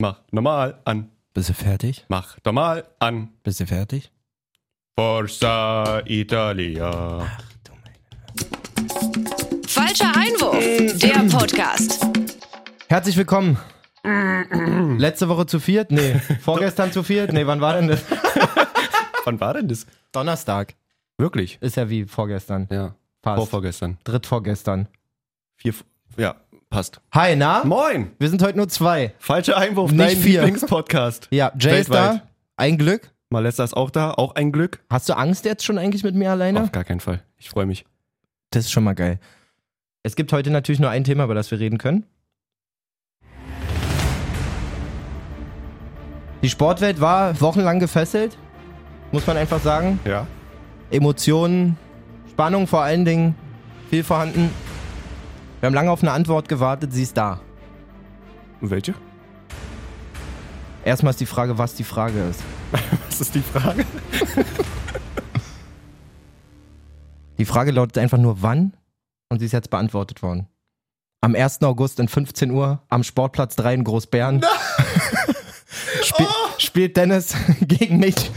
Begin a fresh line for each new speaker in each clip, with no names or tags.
Mach normal an.
Bist du fertig?
Mach normal an.
Bist du fertig?
Forza Italia.
Falscher Einwurf, der Podcast.
Herzlich willkommen. Letzte Woche zu viert? Nee, vorgestern zu viert? Nee, wann war denn das?
Wann war denn das?
Donnerstag.
Wirklich?
Ist ja wie vorgestern.
Ja.
Passt.
Vorvorgestern.
Drittvorgestern.
Vier, ja, passt.
Hi, na?
Moin!
Wir sind heute nur zwei.
Falscher Einwurf,
Nicht
dein
vier.
Lieblingspodcast.
Ja, Jay ist
Weltweit.
da. Ein Glück.
Malessa ist auch da, auch ein Glück.
Hast du Angst jetzt schon eigentlich mit mir alleine?
Auf gar keinen Fall. Ich freue mich.
Das ist schon mal geil. Es gibt heute natürlich nur ein Thema, über das wir reden können. Die Sportwelt war wochenlang gefesselt, muss man einfach sagen.
Ja.
Emotionen, Spannung vor allen Dingen, viel vorhanden. Wir haben lange auf eine Antwort gewartet, sie ist da.
Und welche?
Erstmal ist die Frage, was die Frage ist.
Das ist die Frage.
Die Frage lautet einfach nur, wann? Und sie ist jetzt beantwortet worden. Am 1. August in 15 Uhr am Sportplatz 3 in Großbären. Spiel,
Oh,
Spielt Dennis gegen mich,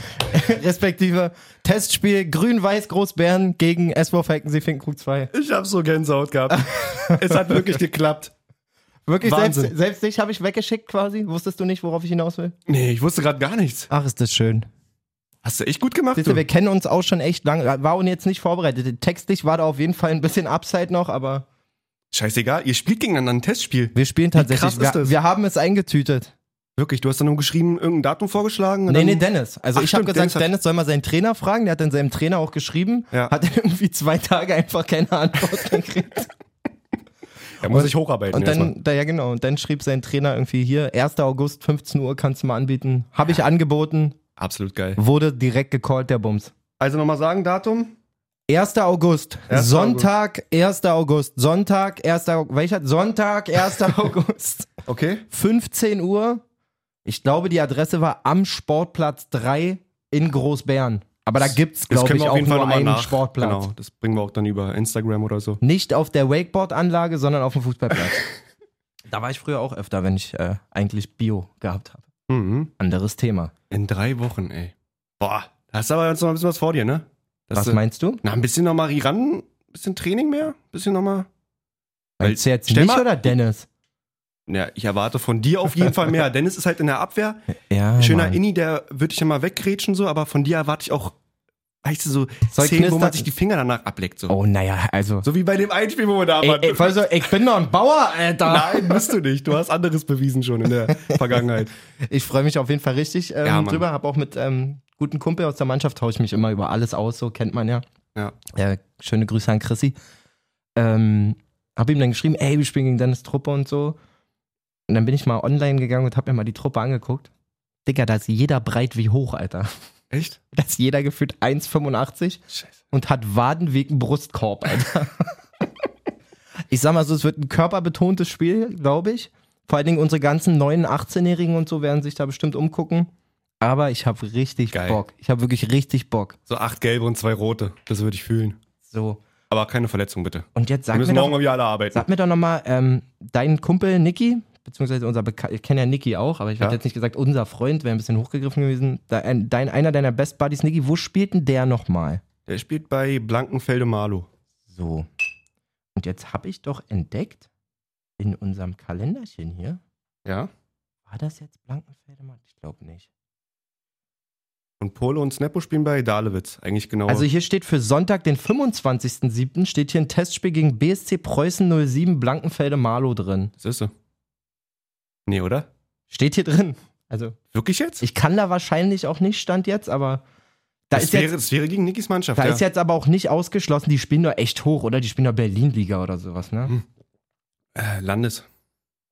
respektive Testspiel Grün-Weiß Großbären gegen SV Heckensee Finkenkrug 2.
Ich habe so Gänsehaut gehabt. es hat wirklich geklappt.
Wirklich,
Wahnsinn.
selbst, selbst dich habe ich weggeschickt quasi. Wusstest du nicht, worauf ich hinaus will?
Nee, ich wusste gerade gar nichts.
Ach, ist das schön.
Hast du echt gut gemacht?
Siehst du,
du.
wir kennen uns auch schon echt lange. War uns jetzt nicht vorbereitet. Textlich war da auf jeden Fall ein bisschen Upside noch, aber
Scheißegal, ihr spielt gegeneinander ein Testspiel.
wir spielen
krass
tatsächlich.
ist
wir,
das?
wir haben es eingetütet.
Wirklich, du hast dann nur geschrieben, irgendein Datum vorgeschlagen. und
Nee,
dann-
nee, Dennis. Also
Ach,
ich habe
stimmt,
gesagt,
Dennis
Dennis,
hat-
soll mal seinen Trainer fragen. Der hat dann seinem Trainer auch geschrieben.
Ja.
Hat dann irgendwie zwei Tage einfach keine Antwort gekriegt.
Da muss ich hocharbeiten.
Und
erstmal.
dann, da, ja genau, und dann schrieb sein Trainer irgendwie hier, 1. August, 15 Uhr kannst du mal anbieten. Habe ich angeboten,
Absolut geil.
wurde direkt gecallt, der Bums.
Also nochmal sagen, Datum?
1. August,
1.
Sonntag, 1. August, Sonntag, 1. August, welcher? Sonntag, 1. August,
Okay.
15 Uhr. Ich glaube, die Adresse war am Sportplatz 3 in Großbären. Aber da gibt's
Das
glaube
können
ich,
wir
auch
auf jeden Fall
nur
nochmal
einen
nach.
Sportplatz.
Genau, das bringen wir auch dann über Instagram oder so.
Nicht auf der Wakeboard-Anlage, sondern auf dem Fußballplatz. da war ich früher auch öfter, wenn ich äh, eigentlich Bio gehabt habe.
Mhm.
Anderes Thema.
In drei Wochen, ey. Boah, da hast du aber jetzt noch ein bisschen was vor dir, ne? Das
Was meinst du?
Na, ein bisschen nochmal ran, ein bisschen Training mehr, ein bisschen nochmal. Weil-
Meinst du jetzt
stell
mich
mal-
oder Dennis?
Ja, ich erwarte von dir auf jeden Fall mehr. Dennis ist halt in der Abwehr.
Ja,
Schöner
Mann.
Inni, der würde ich ja mal wegrätschen so, aber von dir erwarte ich auch, weißt du, so
Soll ich
Szenen, wo man
knistern?
sich die Finger danach ableckt. So.
Oh, naja, also.
So wie bei dem Einspiel, wo wir da
Ey,
waren.
ey, voll so, ich bin doch ein Bauer, Alter.
Nein, bist du nicht. Du hast anderes bewiesen schon in der Vergangenheit.
Ich freue mich auf jeden Fall richtig ähm,
Ja, Mann.
drüber. Habe auch mit ähm, guten Kumpel aus der Mannschaft tausche ich mich immer über alles aus, so kennt man ja.
Ja.
Äh, schöne Grüße an Chrissy. Ähm, habe ihm dann geschrieben, ey, wir spielen gegen Dennis Truppe und so. Und dann bin ich mal online gegangen und habe mir mal die Truppe angeguckt. Digga, da ist jeder breit wie hoch, Alter.
Echt?
Da ist jeder gefühlt 1,85
Scheiße.
und hat Waden wegen Brustkorb, Alter. ich sag mal so, es wird ein körperbetontes Spiel, glaube ich. Vor allen Dingen unsere ganzen neuen 18-Jährigen und so werden sich da bestimmt umgucken. Aber ich habe richtig
Geil.
Bock. Ich habe wirklich richtig Bock.
So acht gelbe und zwei rote. Das würde ich fühlen.
So.
Aber keine Verletzung bitte.
Und jetzt
Wir
sag mir
müssen morgen
doch,
mal wieder alle arbeiten.
sag mir doch nochmal, ähm, dein Kumpel Niki, beziehungsweise unser Bekan ich kenne ja Niki auch, aber ich
Ja.
hätte jetzt nicht gesagt, unser Freund wäre ein bisschen hochgegriffen gewesen. Dein, dein, einer deiner Best Buddies, Niki, wo spielt denn der nochmal?
Der spielt bei Blankenfelde Malo.
So. Und jetzt habe ich doch entdeckt, in unserem Kalenderchen hier,
Ja.
war das jetzt Blankenfeldemann? Ich glaube nicht.
Und Polo und Sneppo spielen bei Dalewitz. Eigentlich genau.
Also hier steht für Sonntag, den 25.07. steht hier ein Testspiel gegen BSC Preußen 07 Blankenfelde Marlow drin.
das ist so. Nee, oder?
Steht hier drin. Also
Wirklich jetzt?
ich kann da wahrscheinlich auch nicht, stand jetzt, aber da,
das,
ist
wäre,
jetzt,
das wäre gegen Nikis Mannschaft.
da
ja.
ist jetzt aber auch nicht ausgeschlossen, die spielen nur echt hoch, oder? Die spielen nur Berlin-Liga oder sowas, ne?
Hm. äh, Landes.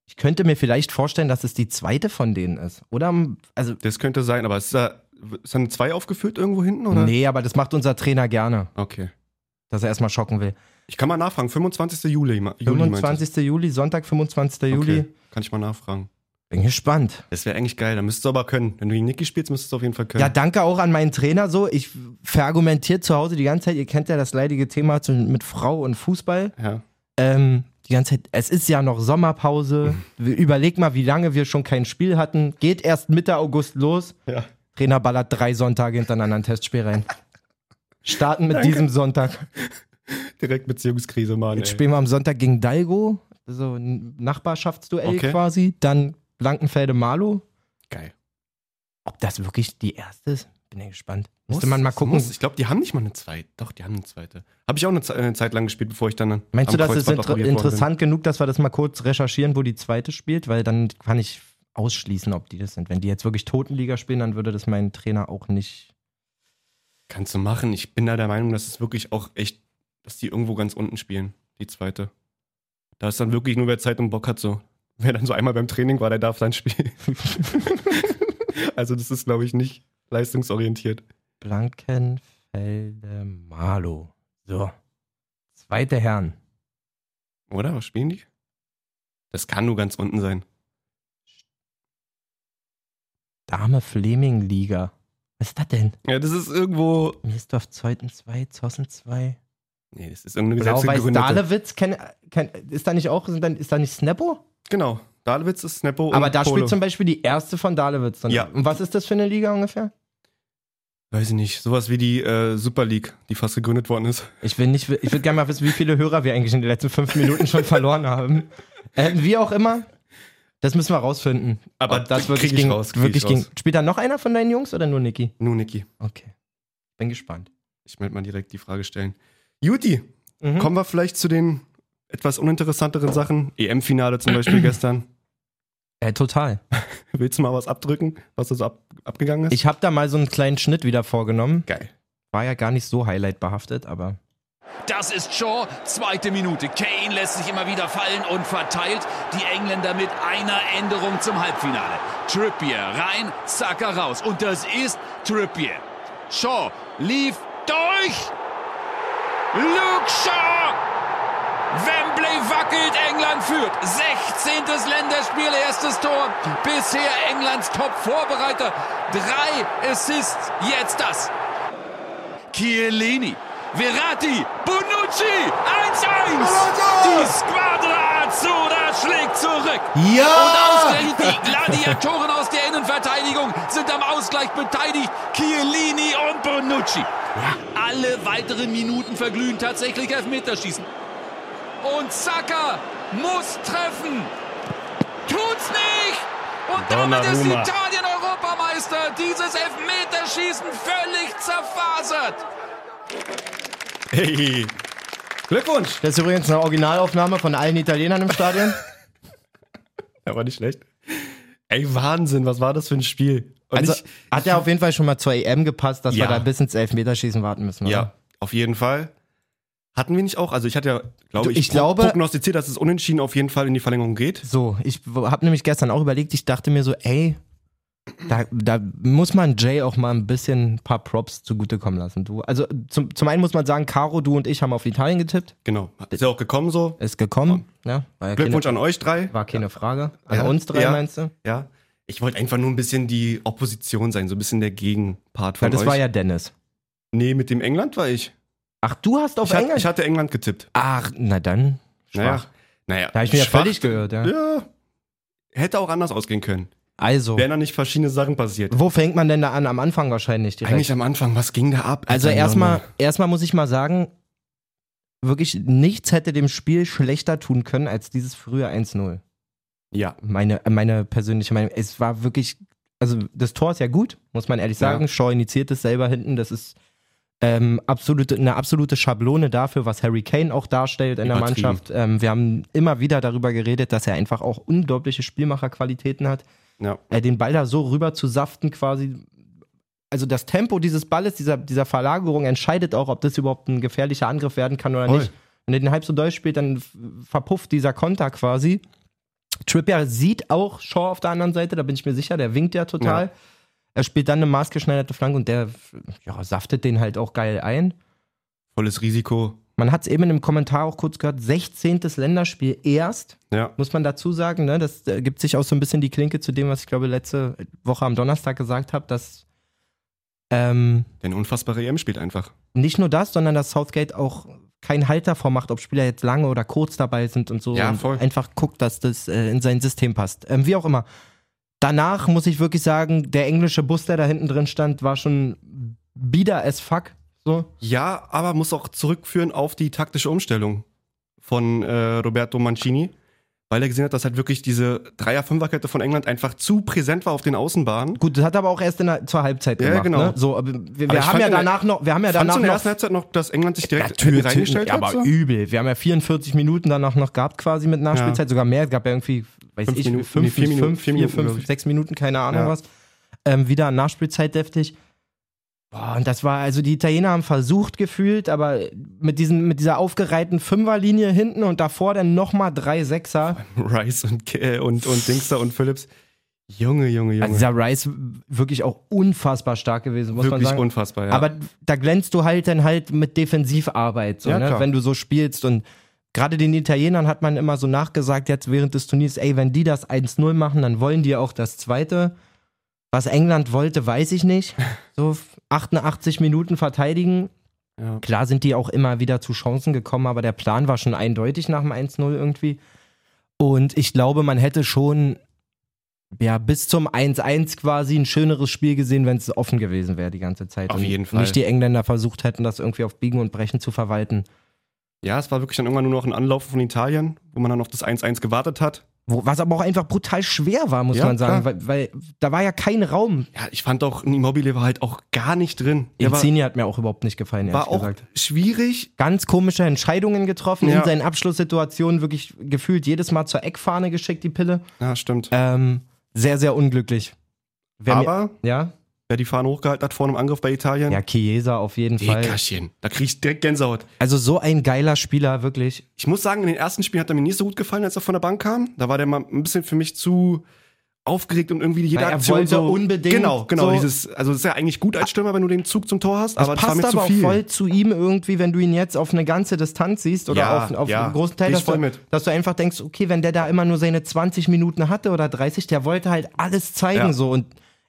Ich könnte mir vielleicht vorstellen, dass es die zweite von denen ist. Oder, also
Das könnte sein, aber ist da, ist da eine 2 aufgeführt irgendwo hinten, oder?
Nee, aber das macht unser Trainer gerne,
Okay.
dass er erstmal schocken will.
Ich kann mal nachfragen. 25. Juli. ma- Juli meinte ich.
25. Juli, Sonntag, 25.
Okay.
Juli.
Kann ich mal nachfragen.
Bin gespannt.
Das wäre eigentlich geil. Da müsstest du aber können. Wenn du gegen Niki spielst, müsstest du auf jeden Fall können.
Ja, danke auch an meinen Trainer so. Ich verargumentiere zu Hause die ganze Zeit, ihr kennt ja das leidige Thema zu, mit Frau und Fußball.
ja.
Ähm, die ganze Zeit, es ist ja noch Sommerpause.
Mhm.
Wir- Überleg mal, wie lange wir schon kein Spiel hatten. Geht erst Mitte August los.
Ja.
Trainer ballert drei Sonntage hintereinander ein Testspiel rein. Starten mit
Danke.
diesem Sonntag.
Direkt Beziehungskrise, Mann.
Jetzt
ey.
spielen wir am Sonntag gegen Dalgo, so ein Nachbarschaftsduell
Okay.
quasi. Dann Blankenfelde-Malo.
Geil.
Ob das wirklich die erste ist, bin ja gespannt.
Muss,
Müsste man mal gucken.
Muss. Ich glaube, die haben nicht mal eine zweite. Doch, die haben eine zweite. Habe ich auch eine, Ze- eine Zeit lang gespielt, bevor ich dann.
Meinst du,
am
das ist
Kreuzband
inter
operiert worden bin.
interessant genug, dass wir das mal kurz recherchieren, wo die zweite spielt? Weil dann kann ich ausschließen, ob die das sind. Wenn die jetzt wirklich Totenliga spielen, dann würde das mein Trainer auch nicht.
Kannst du machen. Ich bin da der Meinung, dass es wirklich auch echt, dass die irgendwo ganz unten spielen, die zweite. Da ist dann wirklich nur, wer Zeit und Bock hat, so. Wer dann so einmal beim Training war, der darf dann spielen. also, das ist, glaube ich, nicht leistungsorientiert.
Blankenfelde Malo. So. Zweite Herren.
Oder? Was spielen die? Das kann nur ganz unten sein.
Dame Fleming Liga. Was ist das denn?
Ja, das ist irgendwo.
Mirsdorf Zeuthen 2, Zossen 2.
Nee, das ist irgendeine
Blau-Weiß
selbstgegründete.
Dalewitz kenn, kenn, ist da nicht auch, sind dann, ist da nicht Snappo?
Genau. Dalewitz ist Snappo.
Aber
und
da
Polo.
spielt zum Beispiel die erste von Dalewitz. dann.
Ja.
Und was ist das für eine Liga ungefähr?
Weiß ich nicht. Sowas wie die äh, Super League, die fast gegründet worden ist.
Ich will nicht, ich würde gerne mal wissen, wie viele Hörer wir eigentlich in den letzten fünf Minuten schon verloren haben. Äh, wie auch immer, das müssen wir rausfinden.
Aber
Ob das
Ah, krieg
wirklich
ich
ging,
raus, krieg
wirklich
ich
ging.
raus.
Spielt da noch einer von deinen Jungs oder nur Niki?
Nur Niki.
Okay. Bin gespannt.
Ich möchte mal direkt die Frage stellen. Juti,
Mhm.
kommen wir vielleicht zu den etwas uninteressanteren Sachen. EM-Finale zum Beispiel gestern.
Äh, total.
Willst du mal was abdrücken, was da so ab, abgegangen ist?
Ich habe da mal so einen kleinen Schnitt wieder vorgenommen.
Geil.
War ja gar nicht so highlightbehaftet, aber
Das ist Shaw, zweite Minute. Kane lässt sich immer wieder fallen und verteilt die Engländer mit einer Änderung zum Halbfinale. Trippier rein, Saka raus. Und das ist Trippier. Shaw lief durch. Luke Shaw! Wembley wackelt, England führt. 16. Länderspiel, erstes Tor. Bisher Englands Top-Vorbereiter. Drei Assists, jetzt das. Chiellini, Verratti, Bonucci, 1-1. Die Squadra Azzurra schlägt zurück.
Ja!
Und ausgerechnet die Gladiatoren aus der Innenverteidigung sind am Ausgleich beteiligt. Chiellini und Bonucci. Alle weiteren Minuten verglühen tatsächlich Elfmeterschießen. Und Saka muss treffen. Tut's nicht! Und damit ist
Donnarumma.
Italien Europameister. Dieses Elfmeterschießen völlig zerfasert.
Hey. Glückwunsch.
das ist übrigens eine Originalaufnahme von allen Italienern im Stadion.
Aber nicht schlecht. Ey, Wahnsinn, was war das für ein Spiel? Und
Also
ich,
hat ja auf jeden Fall schon mal zur EM gepasst, dass
Ja.
wir da bis ins Elfmeterschießen warten müssen.
ja,
Oder?
auf jeden Fall. Hatten wir nicht auch? Also ich hatte ja, glaube
Du,
ich,
ich
pro-
glaube-
prognostiziert, dass es unentschieden auf jeden Fall in die Verlängerung geht.
So, ich habe nämlich gestern auch überlegt, ich dachte mir so, ey, da, da muss man Jay auch mal ein bisschen ein paar Props zugutekommen lassen. Du, also zum, zum einen muss man sagen, Caro, du und ich haben auf Italien getippt,
Genau. Ist ja auch gekommen so.
ist gekommen. Ja, war ja genau.
Glückwunsch
keine,
an euch drei.
war keine Frage. An
Ja.
uns drei
Ja.
meinst du?
Ja. Ich wollte einfach nur ein bisschen die Opposition sein, so ein bisschen der Gegenpart von
Weil das
euch.
war ja Dennis.
nee, mit dem England war ich.
Ach, du hast auf
Ich, hat,
England.
ich hatte England getippt.
Ach, na dann. Schwach.
Naja. Naja.
Da habe ich mich ja
schwach.
völlig gehört, ja.
Ja. Hätte auch anders ausgehen können.
Also,
Wären da nicht verschiedene Sachen passiert.
wo fängt man denn da an? Am Anfang wahrscheinlich direkt.
Eigentlich am Anfang, was ging da ab?
Also
Alter,
erstmal,
Mann.
erstmal muss ich mal sagen, wirklich nichts hätte dem Spiel schlechter tun können als dieses frühe 1-0.
Ja.
Meine, meine persönliche Meinung. Es war wirklich, also das Tor ist ja gut, muss man ehrlich
Ja.
sagen. Shaw initiiert es selber hinten. Das ist ähm, absolute, eine absolute Schablone dafür, was Harry Kane auch darstellt in der
Übertrieben.
Mannschaft. Ähm, wir haben immer wieder darüber geredet, dass er einfach auch unglaubliche Spielmacherqualitäten hat
Ja.
äh, den Ball da so rüber zu saften quasi. Also das Tempo dieses Balles, dieser, dieser Verlagerung entscheidet auch, ob das überhaupt ein gefährlicher Angriff werden kann oder
Voll.
nicht. Wenn er den halb so doll spielt, dann f- verpufft dieser Konter quasi. Trippier sieht auch Shaw auf der anderen Seite, da bin ich mir sicher, der winkt ja total. Er spielt dann eine maßgeschneiderte Flanke und der f- ja, saftet den halt auch geil ein.
Volles Risiko.
Man hat es eben im Kommentar auch kurz gehört, 16. Länderspiel erst
Ja.
muss man dazu sagen, ne, das äh, gibt sich auch so ein bisschen die Klinke zu dem, was ich glaube letzte Woche am Donnerstag gesagt habe, dass ähm,
Denn unfassbare EM spielt einfach.
nicht nur das, sondern dass Southgate auch keinen Halter vormacht, ob Spieler jetzt lange oder kurz dabei sind und so.
Ja,
und
voll.
Einfach guckt, dass das äh, in sein System passt. Ähm, wie auch immer. Danach muss ich wirklich sagen, der englische Bus, der da hinten drin stand, war schon bieder as fuck. So.
Ja, aber muss auch zurückführen auf die taktische Umstellung von äh, Roberto Mancini, weil er gesehen hat, dass halt wirklich diese Dreier-Fünfer-Kette von England einfach zu präsent war auf den Außenbahnen.
Gut, das hat er aber auch erst in der, zur Halbzeit
Ja,
gemacht.
genau.
Ne? So, aber wir,
Aber ich
wir haben
fand
ja
in der-
danach noch, wir haben ja
Fandst
danach
du in der
noch
ersten Halbzeit noch, dass England sich direkt
Natürlich,
reingestellt
ja,
hat?
aber
so?
übel. Wir haben ja 44 Minuten danach noch gehabt, quasi mit Nachspielzeit, sogar mehr. Es gab ja irgendwie, weiß
Fünf
ich,
Minuten,
fünf,
nee, vier
fünf,
Minuten,
vier,
vier Minuten,
fünf,
glaub ich.
sechs Minuten, keine Ahnung
Ja.
was. Ähm, wieder Nachspielzeit deftig. Boah, und das war, also die Italiener haben versucht gefühlt, aber mit, diesen, mit dieser aufgereihten Fünferlinie hinten und davor dann nochmal drei Sechser.
Rice und, Ke- äh, und, und Dingster und Phillips. Junge, Junge, Junge.
Also dieser Rice wirklich auch unfassbar stark gewesen, muss man
wirklich
sagen.
unfassbar, ja.
Aber da glänzt du halt dann halt mit Defensivarbeit, so,
Ja,
ne?
klar.
wenn du so spielst. Und gerade den Italienern hat man immer so nachgesagt, jetzt während des Turniers, ey, wenn die das 1-0 machen, dann wollen die auch das zweite. Was England wollte, weiß ich nicht. So 88 Minuten verteidigen.
ja.
Klar sind die auch immer wieder zu Chancen gekommen, aber der Plan war schon eindeutig nach dem 1-0 irgendwie. Und ich glaube, man hätte schon ja, bis zum 1-1 quasi ein schöneres Spiel gesehen, wenn es offen gewesen wäre die ganze Zeit.
Auf
und
jeden Fall.
Nicht die Engländer versucht hätten, das irgendwie auf Biegen und Brechen zu verwalten.
ja, es war wirklich dann irgendwann nur noch ein Anlauf von Italien, wo man dann auf das 1-1 gewartet hat.
Wo, was aber auch einfach brutal schwer war, muss
Ja,
man sagen,
klar.
weil, weil da war ja kein Raum.
Ja, ich fand auch, ein Immobile war halt auch gar nicht drin. Der war,
Insigne hat mir auch überhaupt nicht gefallen, ehrlich
war auch
gesagt.
schwierig,
ganz komische Entscheidungen getroffen,
Ja.
in seinen Abschlusssituationen wirklich gefühlt jedes Mal zur Eckfahne geschickt, die Pille.
Ja, stimmt.
Ähm, sehr, sehr unglücklich. Wer mir-
Aber
ja?
wer die Fahne hochgehalten hat vor einem Angriff bei Italien,
Ja, Chiesa auf jeden Fall.
Dickerchen. Da krieg ich direkt Gänsehaut.
Also so ein geiler Spieler, wirklich.
Ich muss sagen, in den ersten Spielen hat er mir nicht so gut gefallen, als er von der Bank kam. Da war der mal ein bisschen für mich zu aufgeregt und irgendwie jede
Na, er
Aktion
wollte
so
unbedingt
Genau, genau.
so-
Dieses, also es ist ja eigentlich gut als Stürmer, wenn du den Zug zum Tor hast,
Das
aber das war
passt
mir
aber
zu
auch
viel.
voll zu ihm irgendwie, wenn du ihn jetzt auf eine ganze Distanz siehst oder
Ja,
auf, auf
ja.
einen großen Teil,
Geh ich
dass du,
voll mit.
dass du einfach denkst, okay, wenn der da immer nur seine 20 Minuten hatte oder 30, der wollte halt alles zeigen
Ja.
so und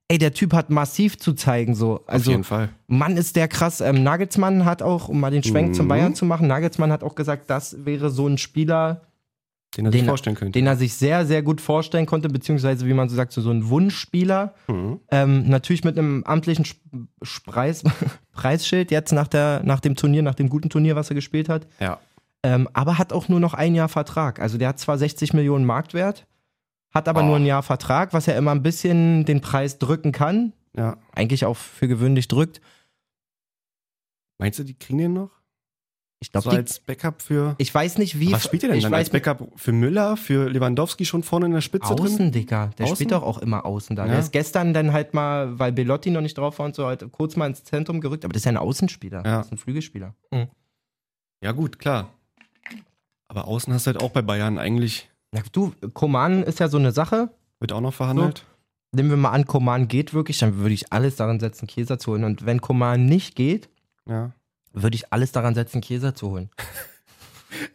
ey, der Typ hat massiv zu zeigen so. Also
jeden Fall.
Mann, ist der krass. Ähm, Nagelsmann hat auch, um mal den Schwenk
Mhm.
zum Bayern zu machen, Nagelsmann hat auch gesagt, das wäre so ein Spieler,
Den er sich
den,
vorstellen könnte.
den er sich sehr, sehr gut vorstellen konnte, beziehungsweise, wie man so sagt, so, so ein Wunschspieler.
Mhm.
Ähm, natürlich mit einem amtlichen Sp Sp- Preis Preisschild jetzt nach, der, nach dem Turnier, nach dem guten Turnier, was er gespielt hat.
Ja.
Ähm, aber hat auch nur noch ein Jahr Vertrag. Also der hat zwar 60 Millionen Marktwert, hat aber
Oh.
nur ein Jahr Vertrag, was ja immer ein bisschen den Preis drücken kann.
ja.
Eigentlich auch für gewöhnlich drückt.
Meinst du, die kriegen den noch?
Ich glaube,
so als Backup für.
ich weiß nicht, wie.
Was spielt er denn
ich
dann? Als
Weiß,
Backup für Müller, für Lewandowski schon vorne in der Spitze drin?
Außen, Digga. Der
Außen?
spielt doch auch immer außen da.
Ja.
Der ist gestern dann halt mal, weil Belotti noch nicht drauf war und so, halt kurz mal ins Zentrum gerückt. Aber das ist ja ein Außenspieler.
Ja.
Das ist ein Flügelspieler.
Ja, gut, klar. Aber außen hast du halt auch bei Bayern eigentlich.
Na, du, Koman ist ja so eine Sache.
Wird auch noch verhandelt.
Nehmen wir mal an, Koman geht wirklich, dann würde ich alles daran setzen, Käser zu holen. Und wenn Koman nicht geht,
Ja.
würde ich alles daran setzen, Käser zu holen.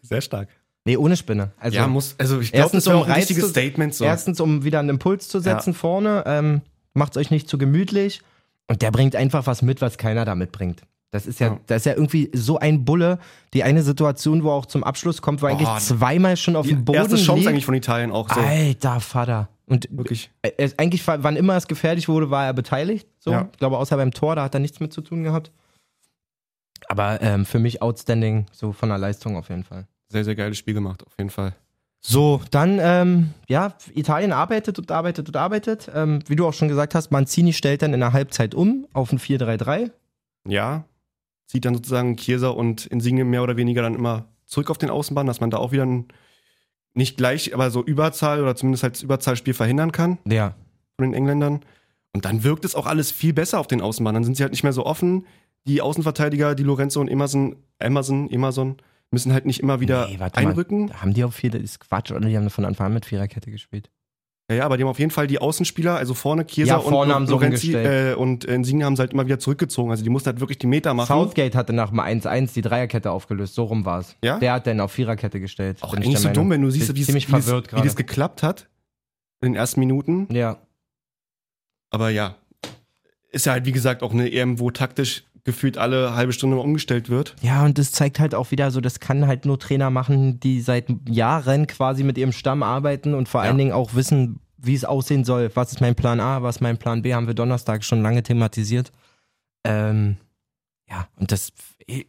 Sehr stark.
Nee, ohne Spinne. Also,
ja, muss, also ich glaube,
erstens,
das wäre
um
auch ein
Reiz
richtiges
zu-
Statement. So.
Erstens, um wieder einen Impuls zu setzen vorne. Ähm, macht's euch nicht zu gemütlich. Und der bringt einfach was mit, was keiner da mitbringt. Das ist ja,
Ja.
das ist ja irgendwie so ein Bulle. Die eine Situation, wo er auch zum Abschluss kommt, wo er eigentlich
Oh,
zweimal schon auf
Die
dem Boden
erste Chance
liegt.
eigentlich von Italien auch so.
Alter Vater. Und
Wirklich.
er ist eigentlich, wann immer es gefährlich wurde, war er beteiligt. So.
Ja.
Ich glaube, außer beim Tor, da hat er nichts mit zu tun gehabt. Aber ähm, für mich outstanding, so von der Leistung auf jeden Fall.
Sehr, sehr geiles Spiel gemacht, auf jeden Fall.
So, dann, ähm, ja, Italien arbeitet und arbeitet und arbeitet. Ähm, wie du auch schon gesagt hast, Manzini stellt dann in der Halbzeit um auf ein 4-3-3.
Ja. Zieht dann sozusagen Chiesa und Insigne mehr oder weniger dann immer zurück auf den Außenbahn, dass man da auch wieder ein, nicht gleich, aber so Überzahl oder zumindest halt das Überzahlspiel verhindern kann
Ja.
von den Engländern. Und dann wirkt es auch alles viel besser auf den Außenbahnen. Dann sind sie halt nicht mehr so offen. Die Außenverteidiger, die Lorenzo und Emerson, Emerson, Emerson, müssen halt nicht immer wieder
Nee, warte mal.
einrücken.
Haben die auf 4, das ist Quatsch, oder? Die haben von Anfang an mit Viererkette gespielt.
Ja, ja, aber die haben auf jeden Fall die Außenspieler, also vorne Chiesa
Ja, vorne
und,
haben sie
Lorenzi
umgestellt.
äh, und Insigne haben sie halt immer wieder zurückgezogen. Also die mussten halt wirklich die Meter machen.
Southgate hatte nach dem 1-1 die Dreierkette aufgelöst, so rum war es.
Ja?
Der hat dann auf Viererkette gestellt.
auch
bin ich
eigentlich so
der Meinung.
dumm, wenn du siehst,
Bin
wie, es-
ziemlich
wie, es-
verwirrt
wie
gerade.
das geklappt hat in den ersten Minuten.
Ja.
Aber ja, ist ja halt wie gesagt auch eine EM, wo taktisch gefühlt alle halbe Stunde mal umgestellt wird.
Ja, und das zeigt halt auch wieder so, das kann halt nur Trainer machen, die seit Jahren quasi mit ihrem Stamm arbeiten und vor allen Dingen auch wissen, wie es aussehen soll. Was ist mein Plan A, was ist mein Plan B, haben wir Donnerstag schon lange thematisiert. Ähm, ja, und das,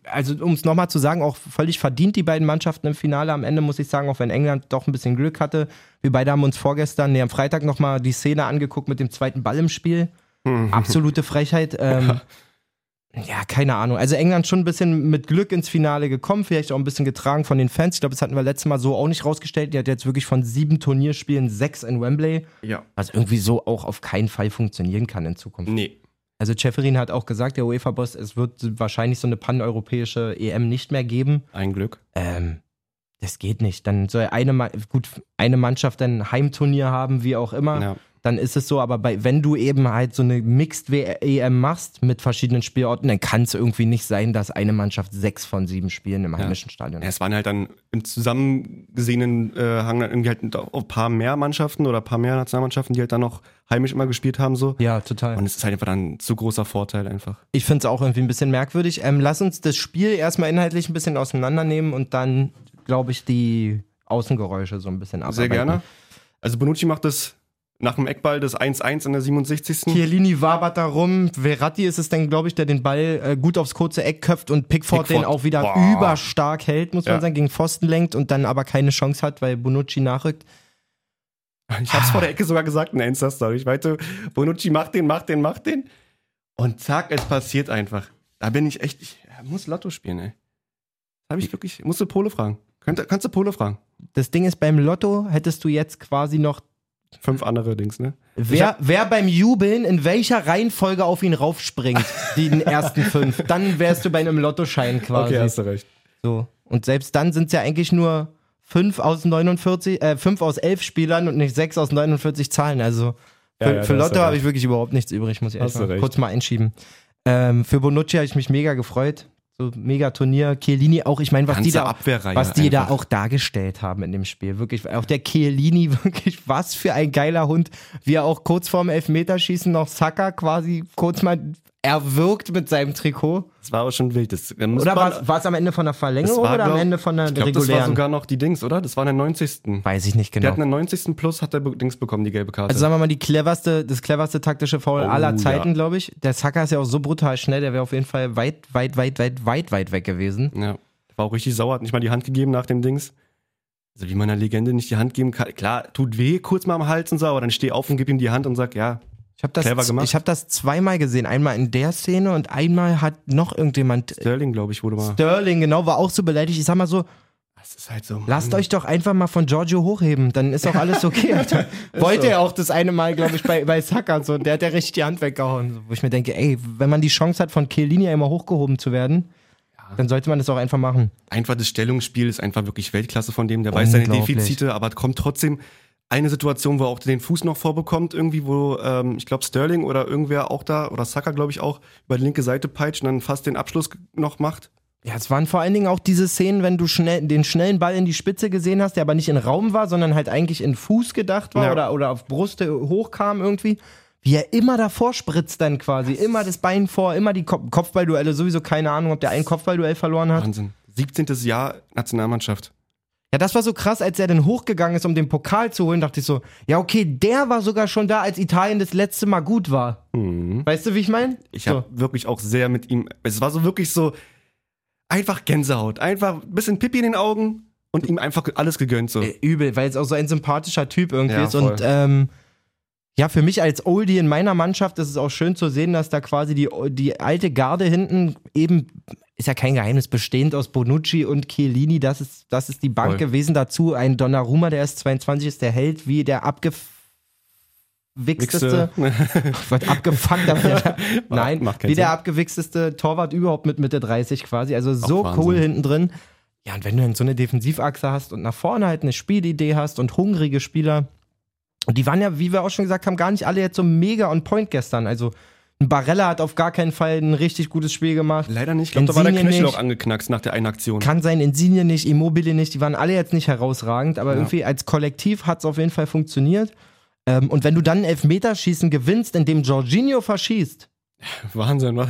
also um es nochmal zu sagen, auch völlig verdient die beiden Mannschaften im Finale. Am Ende muss ich sagen, auch wenn England doch ein bisschen Glück hatte. Wir beide haben uns vorgestern, nee, am Freitag nochmal die Szene angeguckt mit dem zweiten Ball im Spiel. Absolute Frechheit. Ähm, ja, keine Ahnung. Also England schon ein bisschen mit Glück ins Finale gekommen, vielleicht auch ein bisschen getragen von den Fans. Ich glaube, das hatten wir letztes Mal so auch nicht rausgestellt. Die hat jetzt wirklich von sieben Turnierspielen sechs in Wembley,
Ja.
was irgendwie so auch auf keinen Fall funktionieren kann in Zukunft.
Nee.
Also Cheferin hat auch gesagt, der UEFA-Boss, es wird wahrscheinlich so eine paneuropäische EM nicht mehr geben.
Ein Glück.
Ähm, das geht nicht. Dann soll eine, Ma- gut, eine Mannschaft ein Heimturnier haben, wie auch immer
Ja.
dann ist es so, aber bei, wenn du eben halt so eine Mixed WM machst mit verschiedenen Spielorten, dann kann es irgendwie nicht sein, dass eine Mannschaft sechs von sieben Spielen im heimischen Stadion
Ja,
hat.
es waren halt dann im zusammengesehenen äh, Hang dann irgendwie halt auch ein paar mehr Mannschaften oder ein paar mehr Nationalmannschaften, die halt dann noch heimisch immer gespielt haben so.
Ja, total.
Und es ist halt einfach dann ein zu großer Vorteil einfach.
Ich finde es auch irgendwie ein bisschen merkwürdig. Ähm, lass uns das Spiel erstmal inhaltlich ein bisschen auseinandernehmen und dann, glaube ich, die Außengeräusche so ein bisschen abarbeiten.
Sehr gerne. Also Bonucci macht das nach dem Eckball das 1-1 in der 67.
Chiellini wabert da rum. Verratti ist es dann, glaube ich, der den Ball äh, gut aufs kurze Eck köpft und Pickford,
Pickford.
den auch wieder
Boah.
überstark hält, muss
Ja.
man sagen, gegen Pfosten lenkt und dann aber keine Chance hat, weil Bonucci nachrückt.
Ich hab's vor der Ecke sogar gesagt in der Insta-Story. Ich meinte, Bonucci macht den, macht den, macht den. Und zack, es passiert einfach. Da bin ich echt, ich muss Lotto spielen, ey. Habe ich wirklich, musst du Pole fragen. Könnt, kannst du Pole fragen?
Das Ding ist, beim Lotto hättest du jetzt quasi noch.
Fünf andere Dings, ne?
Wer, wer beim Jubeln in welcher Reihenfolge auf ihn raufspringt, die ersten fünf, dann wärst du bei einem Lottoschein quasi.
du recht.
so. Und selbst dann sind es ja eigentlich nur fünf aus 49, äh, fünf aus elf Spielern und nicht sechs aus 49 Zahlen. Also für,
Ja, ja,
für
da hast du
Lotto habe
recht.
ich wirklich überhaupt nichts übrig, muss ich
Hast
ehrlich
du
mal
recht.
kurz mal einschieben. Ähm, für Bonucci habe ich mich mega gefreut. So mega Turnier. Chiellini auch, ich meine, was
Ganze
die da
Abwehrreihe.
was die
einfach.
da auch dargestellt haben in dem Spiel. Wirklich, auch der Chiellini, wirklich, was für ein geiler Hund. Wie er auch kurz vorm Elfmeterschießen noch Saka quasi kurz mal erwürgt mit seinem Trikot.
Das war aber schon wild. Das, da muss
Oder
man-
war es am Ende von der
das
Verlängerung
war,
oder am
glaub-
Ende von der
ich glaub, Das war
regulären?
sogar noch die Dings, oder? Das war in der 90.
Weiß ich nicht
Der
genau.
hat in der 90. Plus hat der Be- Dings bekommen, die gelbe Karte.
Also sagen wir mal, die cleverste, das cleverste taktische Foul
Oh,
aller Zeiten,
ja.
glaube ich. Der Saka ist ja auch so brutal schnell, der wäre auf jeden Fall weit, weit, weit, weit, weit, weit weg gewesen.
Ja. War auch richtig sauer, hat nicht mal die Hand gegeben nach dem Dings. Also wie man einer Legende nicht die Hand geben kann. Klar, tut weh, kurz mal am Hals und so, aber dann steh auf und gib ihm die Hand und sag, ja,
Ich habe das,
Clever gemacht.
ich hab das zweimal gesehen. Einmal in der Szene und einmal hat noch irgendjemand
Sterling, glaube ich, wurde mal.
Sterling, genau, war auch so beleidigt. Ich sag mal so,
Das ist halt so.
lasst euch doch einfach mal von Giorgio hochheben, dann ist auch alles okay. Alter. Wollte er auch das eine Mal, glaube ich, bei, bei Saka so, und der hat ja richtig die Hand weggehauen. So, Wo ich mir denke, ey, wenn man die Chance hat, von Chiellini immer hochgehoben zu werden, dann sollte man das auch einfach machen.
Einfach das Stellungsspiel ist einfach wirklich Weltklasse von dem. Der weiß seine
Unglaublich.
Defizite, aber kommt trotzdem eine Situation, wo er auch den Fuß noch vorbekommt, irgendwie, wo ähm, ich glaube Sterling oder irgendwer auch da, oder Saka, glaube ich, auch über die linke Seite peitscht und dann fast den Abschluss noch macht.
Ja, es waren vor allen Dingen auch diese Szenen, wenn du schnell, den schnellen Ball in die Spitze gesehen hast, der aber nicht in Raum war, sondern halt eigentlich in Fuß gedacht war
Ja.
oder, oder auf Brust hochkam irgendwie. Wie er immer davor spritzt dann quasi. Immer das Bein vor, immer die Kopf Kopfballduelle. Sowieso keine Ahnung, ob der ein Kopfballduell verloren hat.
Wahnsinn. 17. Jahr Nationalmannschaft.
Ja, das war so krass, als er dann hochgegangen ist, um den Pokal zu holen, dachte ich so, ja, okay, der war sogar schon da, als Italien das letzte Mal gut war. Weißt du, wie ich meine?
Mhm. Ich habe wirklich auch sehr mit ihm. Es war so wirklich so einfach Gänsehaut, einfach ein bisschen Pipi in den Augen und ihm einfach alles gegönnt so.
Äh, Übel, weil es auch so ein sympathischer Typ irgendwie
Ja,
ist.
voll.
Und ähm, ja, für mich als Oldie in meiner Mannschaft ist es auch schön zu sehen, dass da quasi die, die alte Garde hinten eben, ist ja kein Geheimnis, bestehend aus Bonucci und Chiellini, das ist, das ist die Bank
Voll.
gewesen. Dazu ein Donnarumma, der ist 22, ist der Held, wie der
äh,
abgewichsteste, was abgefuckt hat. Nein,
Macht keinen
wie der
Sinn.
abgewichsteste Torwart überhaupt mit Mitte 30 quasi. Also so
Wahnsinn.
cool hinten drin. Ja, und wenn du dann so eine Defensivachse hast und nach vorne halt eine Spielidee hast und hungrige Spieler. Und die waren ja, wie wir auch schon gesagt haben, gar nicht alle jetzt so mega on point gestern. Also ein Barella hat auf gar keinen Fall ein richtig gutes Spiel gemacht.
Leider nicht. Ich glaube, da war der
Insigne
Knöchel
nicht.
auch angeknackst nach der einen Aktion.
Kann sein, Insigne nicht, Immobile nicht, die waren alle jetzt nicht herausragend, aber irgendwie als Kollektiv hat es auf jeden Fall funktioniert. Ähm, und wenn du dann ein Elfmeterschießen gewinnst, indem Jorginho verschießt,
Wahnsinn, wa?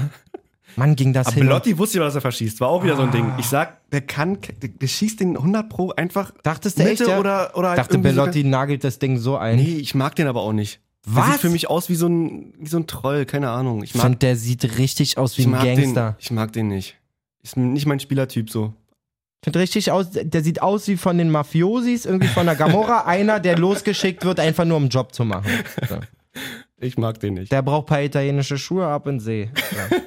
Mann, ging das
Aber
hin.
Belotti wusste ja, dass er verschießt. War auch wieder so ein Ding. Ich sag, der kann, der, der schießt den 100 Pro einfach.
Dachtest du
Mitte
echt, ja?
oder- oder halt
Dachte,
irgendwie
Bellotti nagelt das Ding so ein.
Nee, ich mag den aber auch nicht.
Was?
Der sieht für mich aus wie so ein, wie so ein Troll, keine Ahnung. Ich
Ich
mag,
fand, der sieht richtig aus wie
ich
ein
mag den,
Gangster.
ich mag den nicht. Ist nicht mein Spielertyp so.
Ich find richtig aus, der sieht aus wie von den Mafiosis, irgendwie von der Gamora, einer, der losgeschickt wird, einfach nur um einen Job zu machen. So.
Ich mag den nicht.
Der braucht paar italienische Schuhe ab in den See.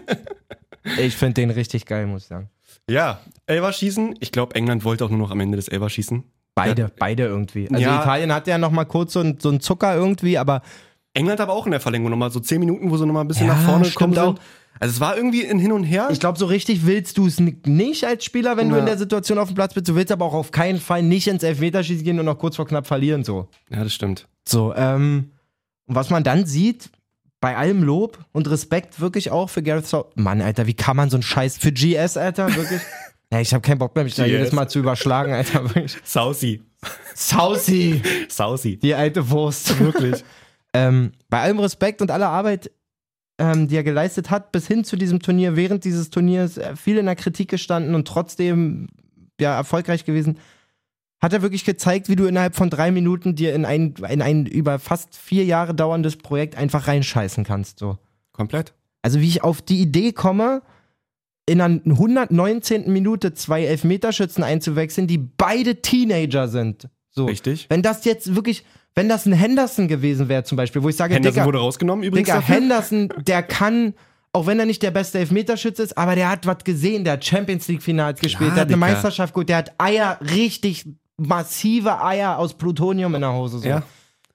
So. Ich finde den richtig geil, muss ich sagen.
Ja, Elverschießen. Ich glaube, England wollte auch nur noch am Ende des Elverschießen.
Beide, beide irgendwie. Also
Ja.
Italien hat ja nochmal kurz so, ein, so einen Zucker irgendwie, aber
England aber auch in der Verlängerung nochmal so 10 Minuten, wo sie nochmal ein bisschen
Ja,
nach vorne
stimmt
kommen. Sind.
auch.
Also es war irgendwie ein Hin und Her.
ich glaube, so richtig willst du es ni- nicht als Spieler, wenn du
Ja.
in der Situation auf dem Platz bist. Du willst aber auch auf keinen Fall nicht ins Elfmeterschießen gehen und noch kurz vor knapp verlieren. So.
ja, das stimmt.
So, ähm, und was man dann sieht, bei allem Lob und Respekt wirklich auch für Gareth Sau. Mann, Alter, wie kann man so einen Scheiß für GS, Alter, wirklich? Ja, ich habe keinen Bock mehr, mich da
GS.
jedes Mal zu überschlagen, Alter. wirklich.
Saucy.
Saucy,
Saucy.
die alte Wurst, wirklich. ähm, bei allem Respekt und aller Arbeit, ähm, die er geleistet hat, bis hin zu diesem Turnier, während dieses Turniers, äh, viel in der Kritik gestanden und trotzdem ja, erfolgreich gewesen, hat er wirklich gezeigt, wie du innerhalb von drei Minuten dir in ein, in ein über fast vier Jahre dauerndes Projekt einfach reinscheißen kannst. So.
Komplett.
Also wie ich auf die Idee komme, in einer 119. Minute zwei Elfmeterschützen einzuwechseln, die beide Teenager sind. So.
Richtig.
Wenn das jetzt wirklich, wenn das ein Henderson gewesen wäre zum Beispiel, wo ich sage,
Henderson
Digga,
wurde rausgenommen übrigens.
Digga,
dafür.
Henderson, der kann, auch wenn er nicht der beste Elfmeterschütze ist, aber der hat was gesehen, der hat Champions League Finals gespielt, der hat eine
Digga.
Meisterschaft gut, der hat Eier, richtig massive Eier aus Plutonium in der Hose. So.
Ja.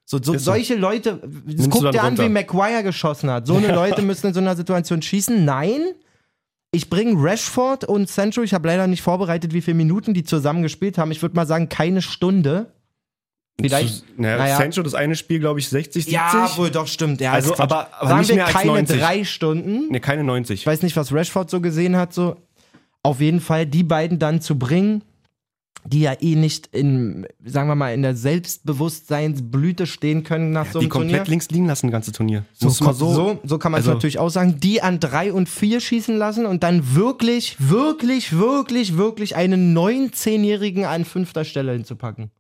So, so
Ist so.
solche Leute,
du
es guckt
dann
dir an,
runter.
wie McGuire geschossen hat. So eine Leute müssen in so einer Situation schießen. Nein, ich bringe Rashford und Sancho, ich habe leider nicht vorbereitet, wie viele Minuten die zusammen gespielt haben. Ich würde mal sagen, keine Stunde. Vielleicht.
Zu- Naja,
naja.
Sancho, das eine Spiel, glaube ich, 60, 70.
Ja, wohl doch, stimmt. Ja,
Also,
ist Quatsch.
aber- aber
sagen
nicht
wir
mehr als
keine
90.
drei Stunden.
Ne, keine 90.
Ich weiß nicht, was Rashford so gesehen hat, so. Auf jeden Fall die beiden dann zu bringen, die ja eh nicht in, sagen wir mal, in der Selbstbewusstseinsblüte stehen können nach so
die
einem
komplett
Turnier.
links liegen lassen, das ganze Turnier.
So, kommt- so, so kann man
also-
es natürlich auch sagen. Die an drei und vier schießen lassen und dann wirklich, wirklich, wirklich, wirklich einen 19-Jährigen an fünfter Stelle hinzupacken.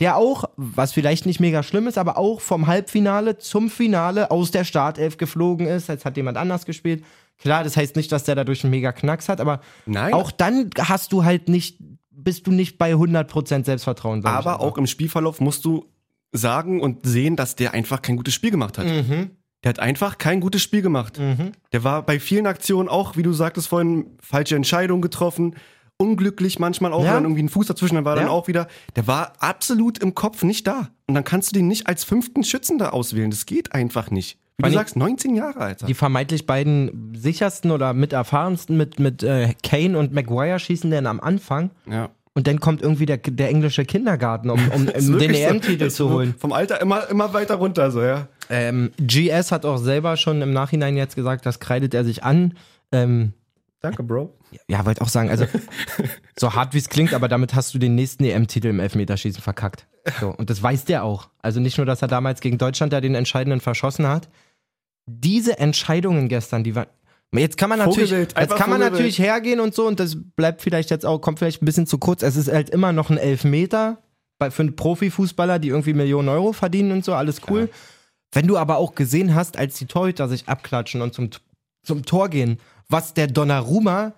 Der auch, was vielleicht nicht mega schlimm ist, aber auch vom Halbfinale zum Finale aus der Startelf geflogen ist. Jetzt hat jemand anders gespielt. Klar, das heißt nicht, dass der dadurch einen mega Knacks hat, aber
Nein,
auch dann hast du halt nicht, bist du nicht bei 100% Selbstvertrauen. sag ich
aber
einfach.
auch im Spielverlauf musst du sagen und sehen, dass der einfach kein gutes Spiel gemacht hat.
Mhm,
Der hat einfach kein gutes Spiel gemacht.
mhm.
Der war bei vielen Aktionen auch, wie du sagtest vorhin, falsche Entscheidungen getroffen, unglücklich manchmal auch,
Ja.
wenn dann irgendwie ein Fuß dazwischen, dann war dann
Ja.
auch wieder, der war absolut im Kopf nicht da. Und dann kannst du den nicht als fünften Schützen da auswählen. Das geht einfach nicht. Wie
Vor
du
allem-
sagst, 19 Jahre, Alter.
Die vermeintlich beiden sichersten oder mit erfahrensten mit, mit äh, Kane und Maguire schießen denn am Anfang.
ja.
Und dann kommt irgendwie der, der englische Kindergarten, um, um
Ist
den
wirklich so.
EM-Titel
Ist
zu holen.
Vom Alter immer, immer weiter runter, so, ja.
Ähm, GS hat auch selber schon im Nachhinein jetzt gesagt, das kreidet er sich an. Ähm,
Danke, Bro.
ja, wollte auch sagen, also so hart wie es klingt, aber damit hast du den nächsten EM-Titel im Elfmeterschießen verkackt. So, und das weiß der auch. Also nicht nur, dass er damals gegen Deutschland da den entscheidenden verschossen hat. Diese Entscheidungen gestern, die waren. Jetzt kann man natürlich,
Vogelwild,
jetzt
einfach
kann man
Vogelwild.
natürlich hergehen und so und das bleibt vielleicht jetzt auch, kommt vielleicht ein bisschen zu kurz. Es ist halt immer noch ein Elfmeter bei, für einen Profifußballer, die irgendwie Millionen Euro verdienen und so, alles cool. Wenn du aber auch gesehen hast, als die Torhüter sich abklatschen und zum, zum Tor gehen, was der Donnarumma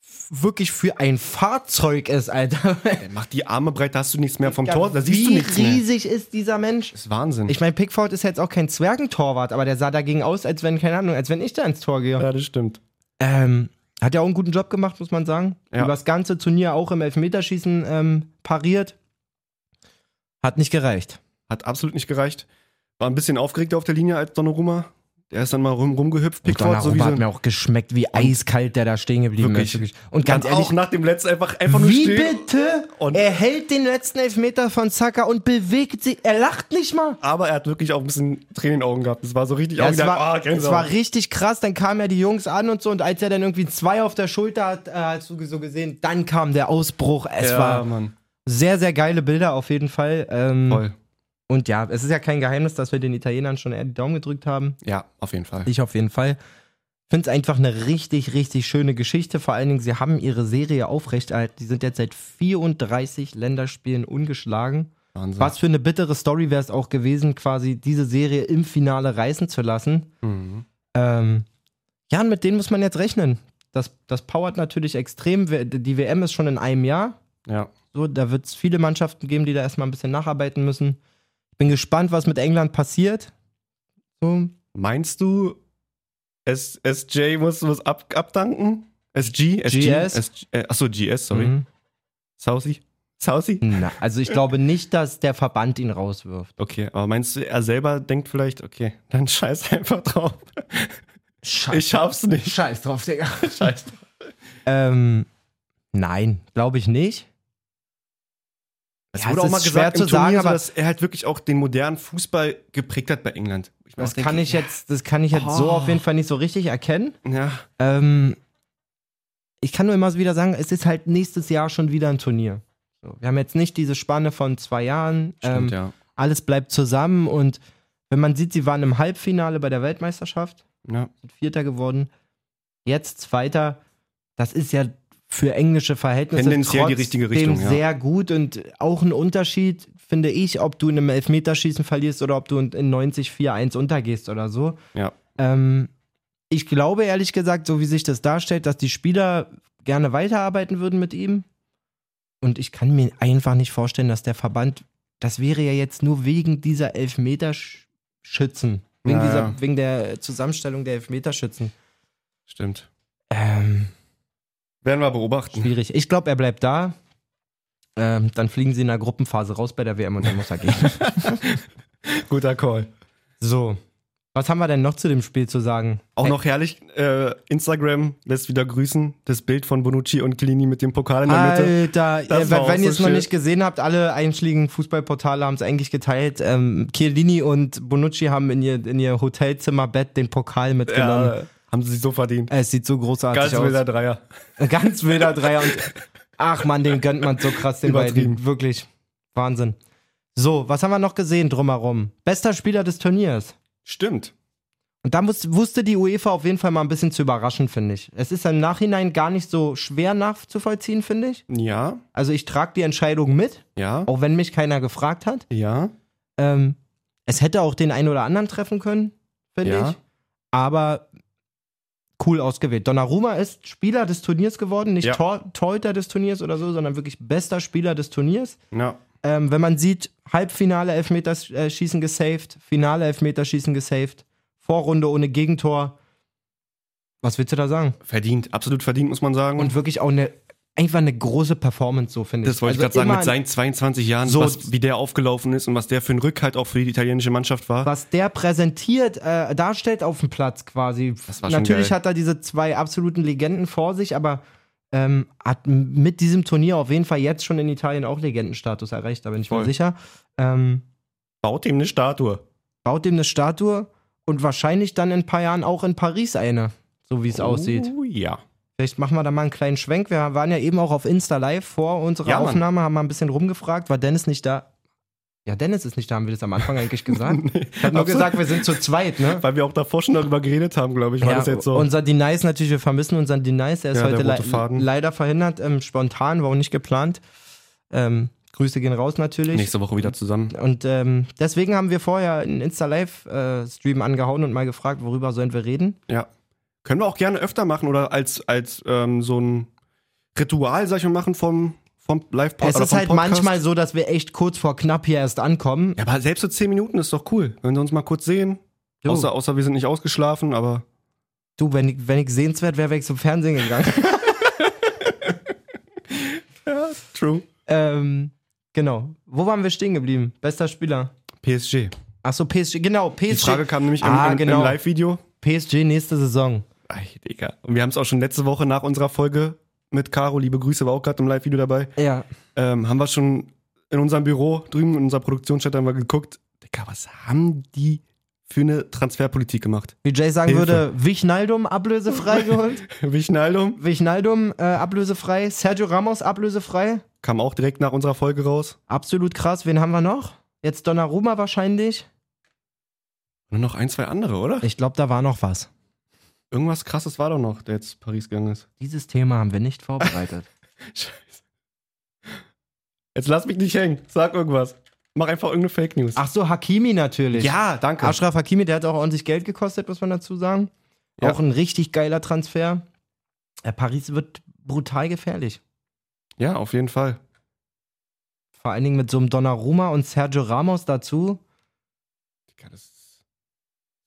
f- wirklich für ein Fahrzeug ist, Alter.
Mach die Arme breit, da hast du nichts mehr vom Tor, da siehst du
Wie
nichts mehr.
riesig ist dieser Mensch?
Das ist Wahnsinn.
Ich meine, Pickford ist jetzt auch kein Zwergentorwart, aber der sah dagegen aus, als wenn, keine Ahnung, als wenn ich da ins Tor gehe.
das stimmt.
Ähm, hat ja auch einen guten Job gemacht, muss man sagen.
Ja.
Über das ganze Turnier auch im Elfmeterschießen ähm, pariert. Hat nicht gereicht.
Hat absolut nicht gereicht. War ein bisschen aufgeregter auf der Linie als Donnarumma. Der ist dann mal rum, rumgehüpft,
Und
Pickford
Also Donnarumma
sowieso.
hat mir auch geschmeckt, wie eiskalt der da stehen geblieben
Wirklich.
ist. Und ganz
Dann
ehrlich,
auch nach dem letzten einfach, einfach nur
wie
stehen.
bitte?
Und-
er hält den letzten Elfmeter von Saka und bewegt sich. Er lacht nicht mal.
Aber er hat wirklich auch ein bisschen Tränen in den Augen gehabt. Das war so richtig
Ja,
auch
es,
wieder,
war,
ah,
es
Gänsehaut.
war richtig krass, dann kamen ja die Jungs an und so und als er dann irgendwie zwei auf der Schulter hat, äh, hast du so gesehen, dann kam der Ausbruch. Es
ja,
war Hm.
Mann.
sehr, sehr geile Bilder auf jeden Fall. Ähm,
Voll.
Und ja, es ist ja kein Geheimnis, dass wir den Italienern schon eher die Daumen gedrückt haben.
Ja, auf jeden Fall.
Ich auf jeden Fall. Finde es einfach eine richtig, richtig schöne Geschichte. Vor allen Dingen, sie haben ihre Serie aufrechterhalten. Die sind jetzt seit 34 Länderspielen ungeschlagen.
Wahnsinn.
Was für eine bittere Story wäre es auch gewesen, quasi diese Serie im Finale reißen zu lassen.
Mhm.
Ähm, ja, und mit denen muss man jetzt rechnen. Das, das powert natürlich extrem. W- Die WM ist schon in einem Jahr.
Ja.
So, da wird es viele Mannschaften geben, die da erstmal ein bisschen nacharbeiten müssen. Ich bin gespannt, was mit England passiert. So,
Meinst du, S SJ muss, muss ab abdanken? SG? SG?
GS?
SG äh, achso, GS, sorry.
mhm.
Saucy? Saucy?
Na, also ich glaube nicht, dass der Verband ihn rauswirft.
Okay, aber meinst du, er selber denkt vielleicht, okay, dann scheiß einfach drauf.
Scheiß,
Ich schaff's nicht.
Scheiß drauf, Digga.
Scheiß drauf.
Ähm, nein, glaube ich nicht.
Es
Ja,
wurde
es
auch mal
ist
gesagt,
schwer
im
zu sagen,
Turnier so,
aber-
dass er halt wirklich auch den modernen Fußball geprägt hat bei England. Ich mir
Das
auch denke,
kann ich jetzt, das kann ich jetzt so
Oh.
auf jeden Fall nicht so richtig erkennen.
Ja,
Ähm, ich kann nur immer wieder sagen, es ist halt nächstes Jahr schon wieder ein Turnier. So, wir haben jetzt nicht diese Spanne von zwei Jahren. ähm,
stimmt, ja.
Alles bleibt zusammen und wenn man sieht, sie waren im Halbfinale bei der Weltmeisterschaft,
ja.
sind Vierter geworden, jetzt Zweiter. Das ist ja für englische Verhältnisse
Tendenziell die richtige Richtung, ja.
sehr gut und auch ein Unterschied, finde ich, ob du in einem Elfmeterschießen verlierst oder ob du in 90 4-1 untergehst oder so.
Ja.
Ähm, ich glaube ehrlich gesagt, so wie sich das darstellt, dass die Spieler gerne weiterarbeiten würden mit ihm. Und ich kann mir einfach nicht vorstellen, dass der Verband, das wäre ja jetzt nur wegen dieser Elfmeterschützen, wegen,
Ja,
dieser,
ja.
wegen der Zusammenstellung der Elfmeterschützen.
Stimmt.
Ähm,
Werden wir beobachten.
schwierig. Ich glaube, er bleibt da. Ähm, dann fliegen sie in der Gruppenphase raus bei der WM und dann muss er gehen.
Guter Call.
so. Was haben wir denn noch zu dem Spiel zu sagen?
Auch
Ey,
noch herrlich, äh, Instagram lässt wieder grüßen. Das Bild von Bonucci und Clini mit dem Pokal in der Mitte.
Alter,
Das
ihr,
war auch
wenn, wenn ihr
so
es noch
schön.
nicht gesehen habt, alle einschlägigen Fußballportale haben es eigentlich geteilt. Ähm, Chiellini und Bonucci haben in ihr, in ihr Hotelzimmerbett den Pokal mitgenommen.
Ja, haben sie sich so verdient.
Es sieht so großartig
Ganz
aus.
wilder Dreier.
Ganz wilder Dreier. Und, ach man, den gönnt man so krass, den
Übertrieben.
beiden. Wirklich. Wahnsinn. So, was haben wir noch gesehen drumherum? Bester Spieler des Turniers.
Stimmt.
Und da muss, wusste die UEFA auf jeden Fall mal ein bisschen zu überraschen, finde ich. Es ist im Nachhinein gar nicht so schwer nachzuvollziehen, finde ich.
Ja,
Also ich trage die Entscheidung mit,
ja,
auch wenn mich keiner gefragt hat.
ja.
Ähm, es hätte auch den einen oder anderen treffen können, finde
Ja.
ich. Aber cool ausgewählt. Donnarumma ist Spieler des Turniers geworden, nicht
Ja.
Tor Torhüter des Turniers oder so, sondern wirklich bester Spieler des Turniers.
Ja,
Ähm, wenn man sieht, Halbfinale Elfmeterschießen gesaved, Finale Elfmeterschießen gesaved, Vorrunde ohne Gegentor. Was willst du da sagen?
verdient. Absolut verdient, muss man sagen.
Und wirklich auch eine, einfach eine große Performance, so finde ich.
das wollte ich
Also
gerade sagen,
immer
mit seinen 22 Jahren,
So-
was, wie der aufgelaufen ist und was der für ein Rückhalt auch für die italienische Mannschaft war.
was der präsentiert, äh, darstellt auf dem Platz quasi.
Das war schon
Natürlich
geil.
hat er diese zwei absoluten Legenden vor sich, aber ähm, hat m- mit diesem Turnier auf jeden Fall jetzt schon in Italien auch Legendenstatus erreicht, da bin ich
Voll.
mir sicher. Ähm,
Baut ihm eine Statue.
baut dem eine Statue und wahrscheinlich dann in ein paar Jahren auch in Paris eine, so wie es aussieht.
Oh, ja.
Vielleicht machen wir da mal einen kleinen Schwenk. Wir waren ja eben auch auf Insta Live vor unserer
Ja, Mann.
Aufnahme, haben mal ein bisschen rumgefragt, war Dennis nicht da? Ja, Dennis ist nicht da, haben wir das am Anfang eigentlich gesagt. Ich habe nur
Absolut.
gesagt, wir sind zu zweit, ne?
Weil wir auch davor schon darüber geredet haben, glaube ich, war
Ja,
das jetzt so.
Unser Denies natürlich, wir vermissen unseren Denies. Der ist
Ja, der
heute
rote
lei-
Faden.
leider verhindert, ähm, spontan, war auch nicht geplant. Ähm, Grüße gehen raus natürlich.
Nächste Woche wieder zusammen.
Und ähm, deswegen haben wir vorher einen Insta-Live-Stream äh, angehauen und mal gefragt, worüber sollen wir reden.
Ja. Können wir auch gerne öfter machen oder als, als ähm, so ein Ritual, sag ich mal, machen vom, vom Live-Pod-
es
oder
ist
vom
halt
Podcast.
manchmal so, dass wir echt kurz vor knapp hier erst ankommen.
Ja, aber selbst so 10 Minuten ist doch cool. Wenn wir uns mal kurz sehen.
Jo.
Außer, außer wir sind nicht ausgeschlafen, aber
Du, wenn ich, wenn ich sehenswert wäre, wäre ich zum Fernsehen gegangen.
true.
ähm, genau. Wo waren wir stehen geblieben? Bester Spieler.
PSG.
Achso, PSG, genau,
Die
PSG.
Frage kam nämlich im-
Ah,
im,
genau.
im Live-Video.
PSG nächste Saison.
Ei, Digga. Und wir haben es auch schon letzte Woche nach unserer Folge mit Caro, liebe Grüße, war auch gerade im Live-Video dabei,
Ja.
ähm, haben wir schon in unserem Büro drüben, in unserer Produktionsstätte, haben wir geguckt, Digga, was haben die für eine Transferpolitik gemacht?
Wie Jay sagen
Hilfe.
würde, Wichnaldum ablösefrei geholt.
Wichnaldum
Wichnaldum äh, ablösefrei. Sergio Ramos ablösefrei.
kam auch direkt nach unserer Folge raus.
Absolut krass. Wen haben wir noch? Jetzt Donnarumma wahrscheinlich.
Und noch ein, zwei andere, oder?
Ich glaube, da war noch was.
Irgendwas krasses war doch noch, der jetzt Paris gegangen ist.
Dieses Thema haben wir nicht vorbereitet.
Scheiße. Jetzt lass mich nicht hängen. Sag irgendwas. Mach einfach irgendeine Fake News.
Ach so, Hakimi natürlich.
ja, danke.
Ashraf Hakimi, der hat auch ordentlich Geld gekostet, muss man dazu sagen.
Ja.
Auch ein richtig geiler Transfer. Ja, Paris wird brutal gefährlich.
Ja, auf jeden Fall.
Vor allen Dingen mit so einem Donnarumma und Sergio Ramos dazu.
Digga, das ist-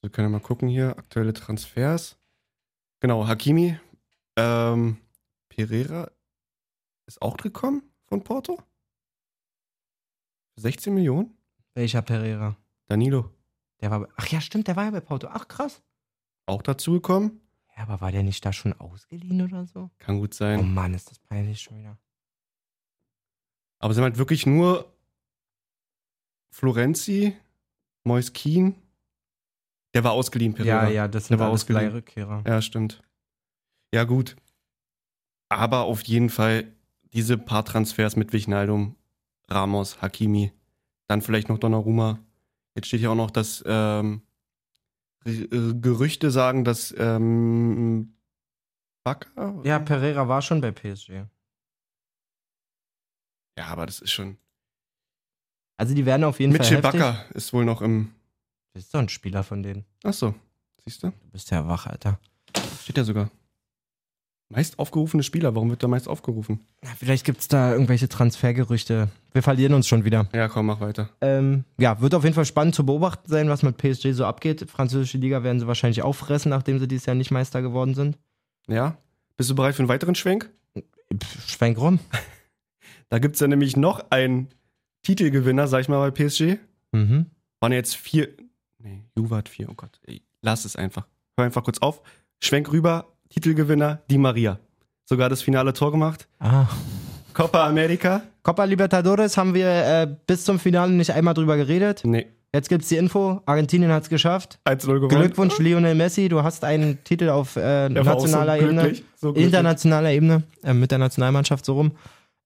Wir können ja mal gucken hier. Aktuelle Transfers. Genau, Hakimi. Ähm, Pereira ist auch gekommen von Porto. 16 Millionen.
Welcher Pereira?
Danilo
Der war bei, ach ja, stimmt, der war ja bei Porto. Ach krass.
auch dazugekommen.
Ja, aber war der nicht da schon ausgeliehen oder so?
Kann gut
Oh
sein.
Mann, ist das peinlich schon wieder.
Aber sind halt wirklich nur Florenzi, Moiskin. Der war ausgeliehen, Pereira.
Ja, ja, das
Der
sind
war
alles
ausgeliehen.
Leihrekehrer.
Ja, stimmt. Ja, gut. Aber auf jeden Fall diese paar Transfers mit Wichnaldum, Ramos, Hakimi, dann vielleicht noch Donnarumma. Jetzt steht ja auch noch, dass ähm, R- äh, Gerüchte sagen, dass ähm, Baka.
Ja, Pereira war schon bei PSG.
ja, aber das ist schon.
Also die werden auf jeden
Mitchell
Fall heftig.
Baka ist wohl noch im.
Das ist doch ein Spieler von denen.
Achso, siehst du?
Du bist ja wach, Alter.
Steht ja sogar. Meist aufgerufene Spieler. Warum wird da meist aufgerufen?
Na, vielleicht gibt es da irgendwelche Transfergerüchte. Wir verlieren uns schon wieder.
Ja, komm, mach weiter.
Ähm, ja, wird auf jeden Fall spannend zu beobachten sein, was mit PSG so abgeht. Französische Liga werden sie wahrscheinlich auffressen, nachdem sie dieses Jahr nicht Meister geworden sind.
Ja? Bist du bereit für einen weiteren Schwenk?
Pff, Schwenk rum.
Da gibt es ja nämlich noch einen Titelgewinner, sag ich mal, bei PSG.
Mhm.
Waren ja jetzt vier. Nee, Juve hat vier, oh Gott. Ey, lass es einfach. Hör einfach kurz auf. Schwenk rüber, Titelgewinner, Di Maria. Sogar das finale Tor gemacht.
Ah.
Copa America.
Copa Libertadores haben wir äh, bis zum Finale nicht einmal drüber geredet.
Nee,
Jetzt gibt's die Info. Argentinien hat's geschafft.
1-0 gewonnen.
Glückwunsch, Lionel Messi. Du hast einen Titel auf äh,
Der war auch so
nationaler Ebene.
glücklich, so glücklich.
internationaler Ebene, äh, mit der Nationalmannschaft so rum.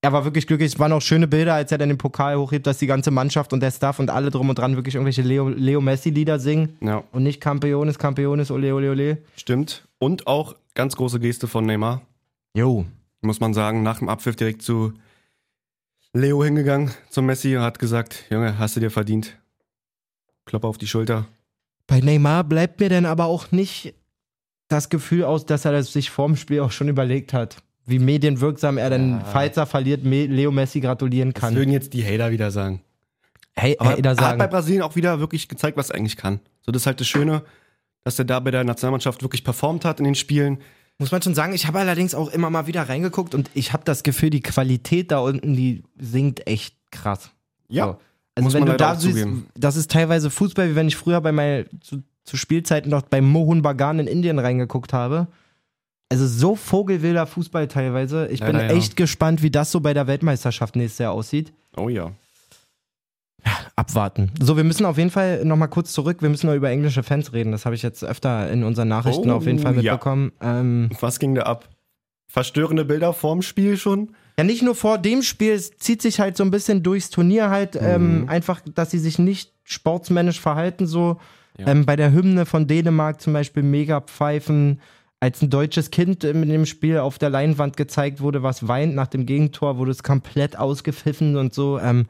Er war wirklich glücklich. Es waren auch schöne Bilder, als er dann den Pokal hochhebt, dass die ganze Mannschaft und der Staff und alle drum und dran wirklich irgendwelche Leo, Leo Messi-Lieder singen.
Ja,
Und nicht Campeones, Campeones, ole, ole, ole.
stimmt. Und auch ganz große Geste von Neymar.
Jo.
Muss man sagen, nach dem Abpfiff direkt zu Leo hingegangen, zum Messi, und hat gesagt: Junge, hast du dir verdient. Klopper auf die Schulter.
Bei Neymar bleibt mir dann aber auch nicht das Gefühl aus, dass er das sich vorm Spiel auch schon überlegt hat. Wie medienwirksam er dann, falls er verliert, Me Leo Messi gratulieren
Das
kann.
würden jetzt die Hater wieder sagen.
Hey,
Aber
hey, da
er hat bei
sagen.
Brasilien auch wieder wirklich gezeigt, was er eigentlich kann. So, das ist halt das Schöne, dass er da bei der Nationalmannschaft wirklich performt hat in den Spielen.
Muss man schon sagen, ich habe allerdings auch immer mal wieder reingeguckt und ich habe das Gefühl, die Qualität da unten, die sinkt echt krass. So. Also
Muss
wenn
man
du
leider
da
auch
siehst,
zugeben.
das ist teilweise Fußball, wie wenn ich früher bei meinen zu, zu Spielzeiten noch bei Mohun Bagan in Indien reingeguckt habe. Also so vogelwilder Fußball teilweise. Ich bin
Leider, ja.
echt gespannt, wie das so bei der Weltmeisterschaft nächstes Jahr aussieht.
Oh ja.
Abwarten. So, wir müssen auf jeden Fall nochmal kurz zurück. Wir müssen noch über englische Fans reden. Das habe ich jetzt öfter in unseren Nachrichten
Oh,
auf jeden Fall
ja.
mitbekommen. Ja. Ähm,
Was ging da ab? Verstörende Bilder vorm Spiel schon?
Ja, nicht nur vor dem Spiel, es zieht sich halt so ein bisschen durchs Turnier halt, ähm, einfach, dass sie sich nicht sportsmännisch verhalten, so
Ja.
ähm, bei der Hymne von Dänemark zum Beispiel mega pfeifen, als ein deutsches Kind äh, in dem Spiel auf der Leinwand gezeigt wurde, was weint nach dem Gegentor, wurde es komplett ausgepfiffen und so. Ähm,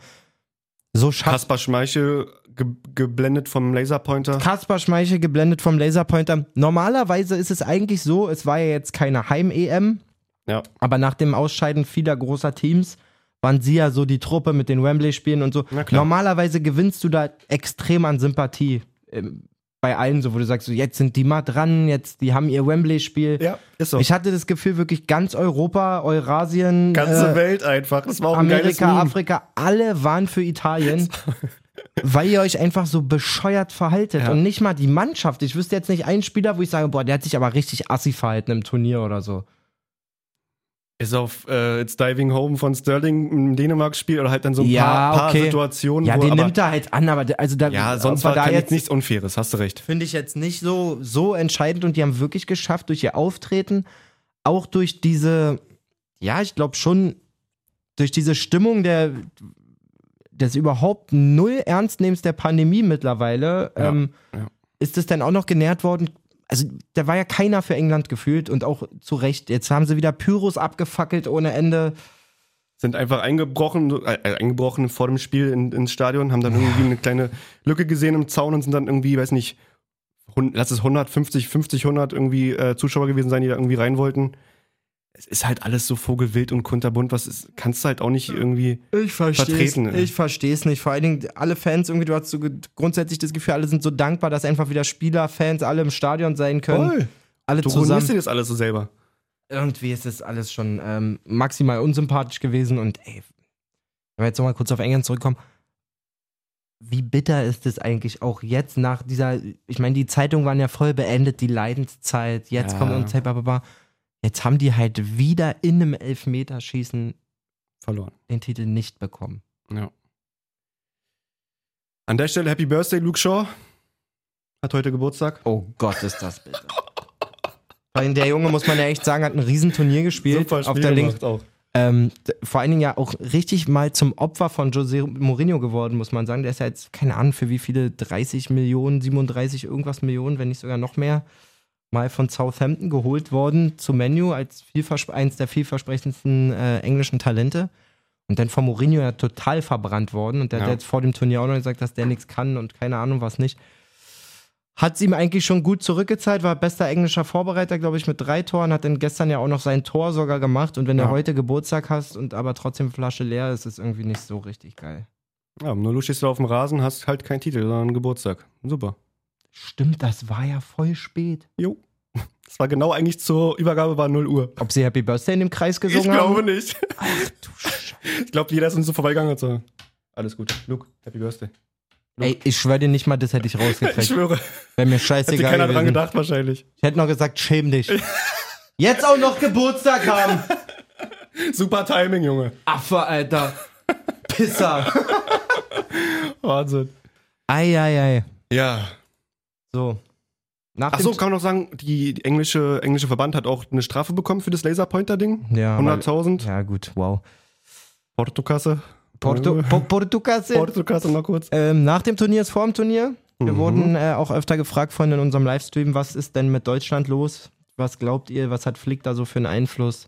so schafft
Kaspar Schmeichel ge geblendet vom Laserpointer.
Kaspar Schmeichel geblendet vom Laserpointer. Normalerweise ist es eigentlich so, es war ja jetzt keine Heim-EM,
Ja.
aber nach dem Ausscheiden vieler großer Teams waren sie ja so die Truppe mit den Wembley-Spielen und so.
Na klar.
Normalerweise gewinnst du da extrem an Sympathie ähm, bei allen, so wo du sagst, so, jetzt sind die mal dran, jetzt die haben ihr Wembley-Spiel.
Ja, ist so.
Ich hatte das Gefühl, wirklich ganz Europa, Eurasien,
Ganze
äh,
Welt einfach. Das war auch ein geiles
Amerika,
Meme.
Afrika, alle waren für Italien, weil ihr euch einfach so bescheuert verhaltet
Ja.
und nicht mal die Mannschaft. Ich wüsste jetzt nicht einen Spieler, wo ich sage, boah, der hat sich aber richtig assi verhalten im Turnier oder so.
Ist auf äh, It's Diving Home von Sterling im Dänemark-Spiel oder halt dann so ein
Ja,
paar, paar
okay.
Situationen,
Ja,
wo
den
aber,
nimmt er halt an, aber der- also da,
ja, sonst
ob
war
er da
kann jetzt
jetzt
nichts Unfaires, hast du recht.
finde ich jetzt nicht so so entscheidend und die haben wirklich geschafft durch ihr Auftreten, auch durch diese, ja, ich glaube schon durch diese Stimmung der des überhaupt null Ernstnehmens der Pandemie mittlerweile.
Ja,
ähm,
ja.
ist es dann auch noch genährt worden, also da war ja keiner für England gefühlt und auch zu Recht. Jetzt haben sie wieder Pyros abgefackelt ohne Ende.
Sind einfach eingebrochen, äh, eingebrochen vor dem Spiel in, ins Stadion, haben dann irgendwie eine kleine Lücke gesehen im Zaun und sind dann irgendwie, weiß nicht, hun- lass es 150, 50, 100 irgendwie äh, Zuschauer gewesen sein, die da irgendwie rein wollten. Es ist halt alles so vogelwild und kunterbunt, was ist, kannst du halt auch nicht irgendwie.
Ich versteh's.
Vertreten, ey.
Ich versteh's nicht. Vor allen Dingen alle Fans irgendwie, du hast so ge- grundsätzlich das Gefühl, alle sind so dankbar, dass einfach wieder Spieler, Fans alle im Stadion sein können. alle
Du
Halt zusammen.
ruinierst dir das alles so selber.
irgendwie ist das alles schon ähm, maximal unsympathisch gewesen und ey, wenn wir jetzt nochmal kurz auf England zurückkommen, wie bitter ist es eigentlich auch jetzt nach dieser, ich meine, die Zeitungen waren ja voll beendet, die Leidenszeit, jetzt
Ja.
kommt uns bla, bla, bla. Jetzt haben die halt wieder in einem Elfmeterschießen
Verloren.
den Titel nicht bekommen.
Ja. An der Stelle Happy Birthday, Luke Shaw. Hat heute Geburtstag.
Oh Gott, ist das bitter. Weil der Junge, muss man ja echt sagen, hat ein Riesenturnier gespielt.
Super
auf
Spiel
der linken
gemacht auch.
ähm, d- vor allen Dingen ja auch richtig mal zum Opfer von Jose Mourinho geworden, muss man sagen. Der ist ja jetzt, keine Ahnung, für wie viele, 30 Millionen, 37 irgendwas Millionen, wenn nicht sogar noch mehr, mal von Southampton geholt worden zu Menu als vielversp- eins der vielversprechendsten äh, englischen Talente. Und dann von Mourinho ja total verbrannt worden. Und der hat
Ja.
jetzt vor dem Turnier auch noch gesagt, dass der nichts kann und keine Ahnung was nicht. Hat es ihm eigentlich schon gut zurückgezahlt, war bester englischer Vorbereiter, glaube ich, mit drei Toren, hat dann gestern ja auch noch sein Tor sogar gemacht. Und wenn du
Ja.
heute Geburtstag hast und aber trotzdem Flasche leer ist, ist irgendwie nicht so richtig geil.
Ja, nur du stehst da auf dem Rasen, hast halt keinen Titel, sondern Geburtstag. Super.
Stimmt, das war ja voll spät.
Jo. Das war genau eigentlich zur Übergabe war 0 Uhr.
Ob sie Happy Birthday in dem Kreis gesungen
Ich glaube
haben?
nicht.
Du Sch-
Ich glaube, jeder ist uns so vorbeigegangen. und so, Alles gut. Luke, Happy Birthday.
Ey, ich schwöre dir nicht mal, das hätte ich
Ich
rausgekriegt.
schwöre.
Wäre mir
Hätte
scheißegal
keiner dran
gewesen.
gedacht wahrscheinlich.
Ich hätte noch gesagt, schäm dich. Jetzt auch noch Geburtstag haben.
Super Timing, Junge.
Affe, Alter. Pisser.
Wahnsinn.
Eieiei.
Ja.
So. Nach
Achso, kann man noch sagen, die, die englische, englische Verband hat auch eine Strafe bekommen für das Laserpointer-Ding.
ja, aber-
100.000.
ja, gut, wow.
Portokasse. Äh.
Porto, po, Portugasse.
Portokasse mal kurz.
ähm, nach dem Turnier ist vor dem Turnier. Wir
Mhm.
wurden äh, auch öfter gefragt von in unserem Livestream, was ist denn mit Deutschland los? Was glaubt ihr? Was hat Flick da so für einen Einfluss?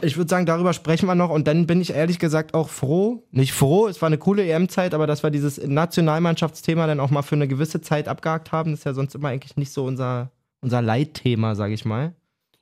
Ich würde sagen, darüber sprechen wir noch und dann bin ich ehrlich gesagt auch froh, nicht froh, es war eine coole EM-Zeit, aber dass wir dieses Nationalmannschaftsthema dann auch mal für eine gewisse Zeit abgehakt haben, ist ja sonst immer eigentlich nicht so unser, unser Leitthema, sage ich mal.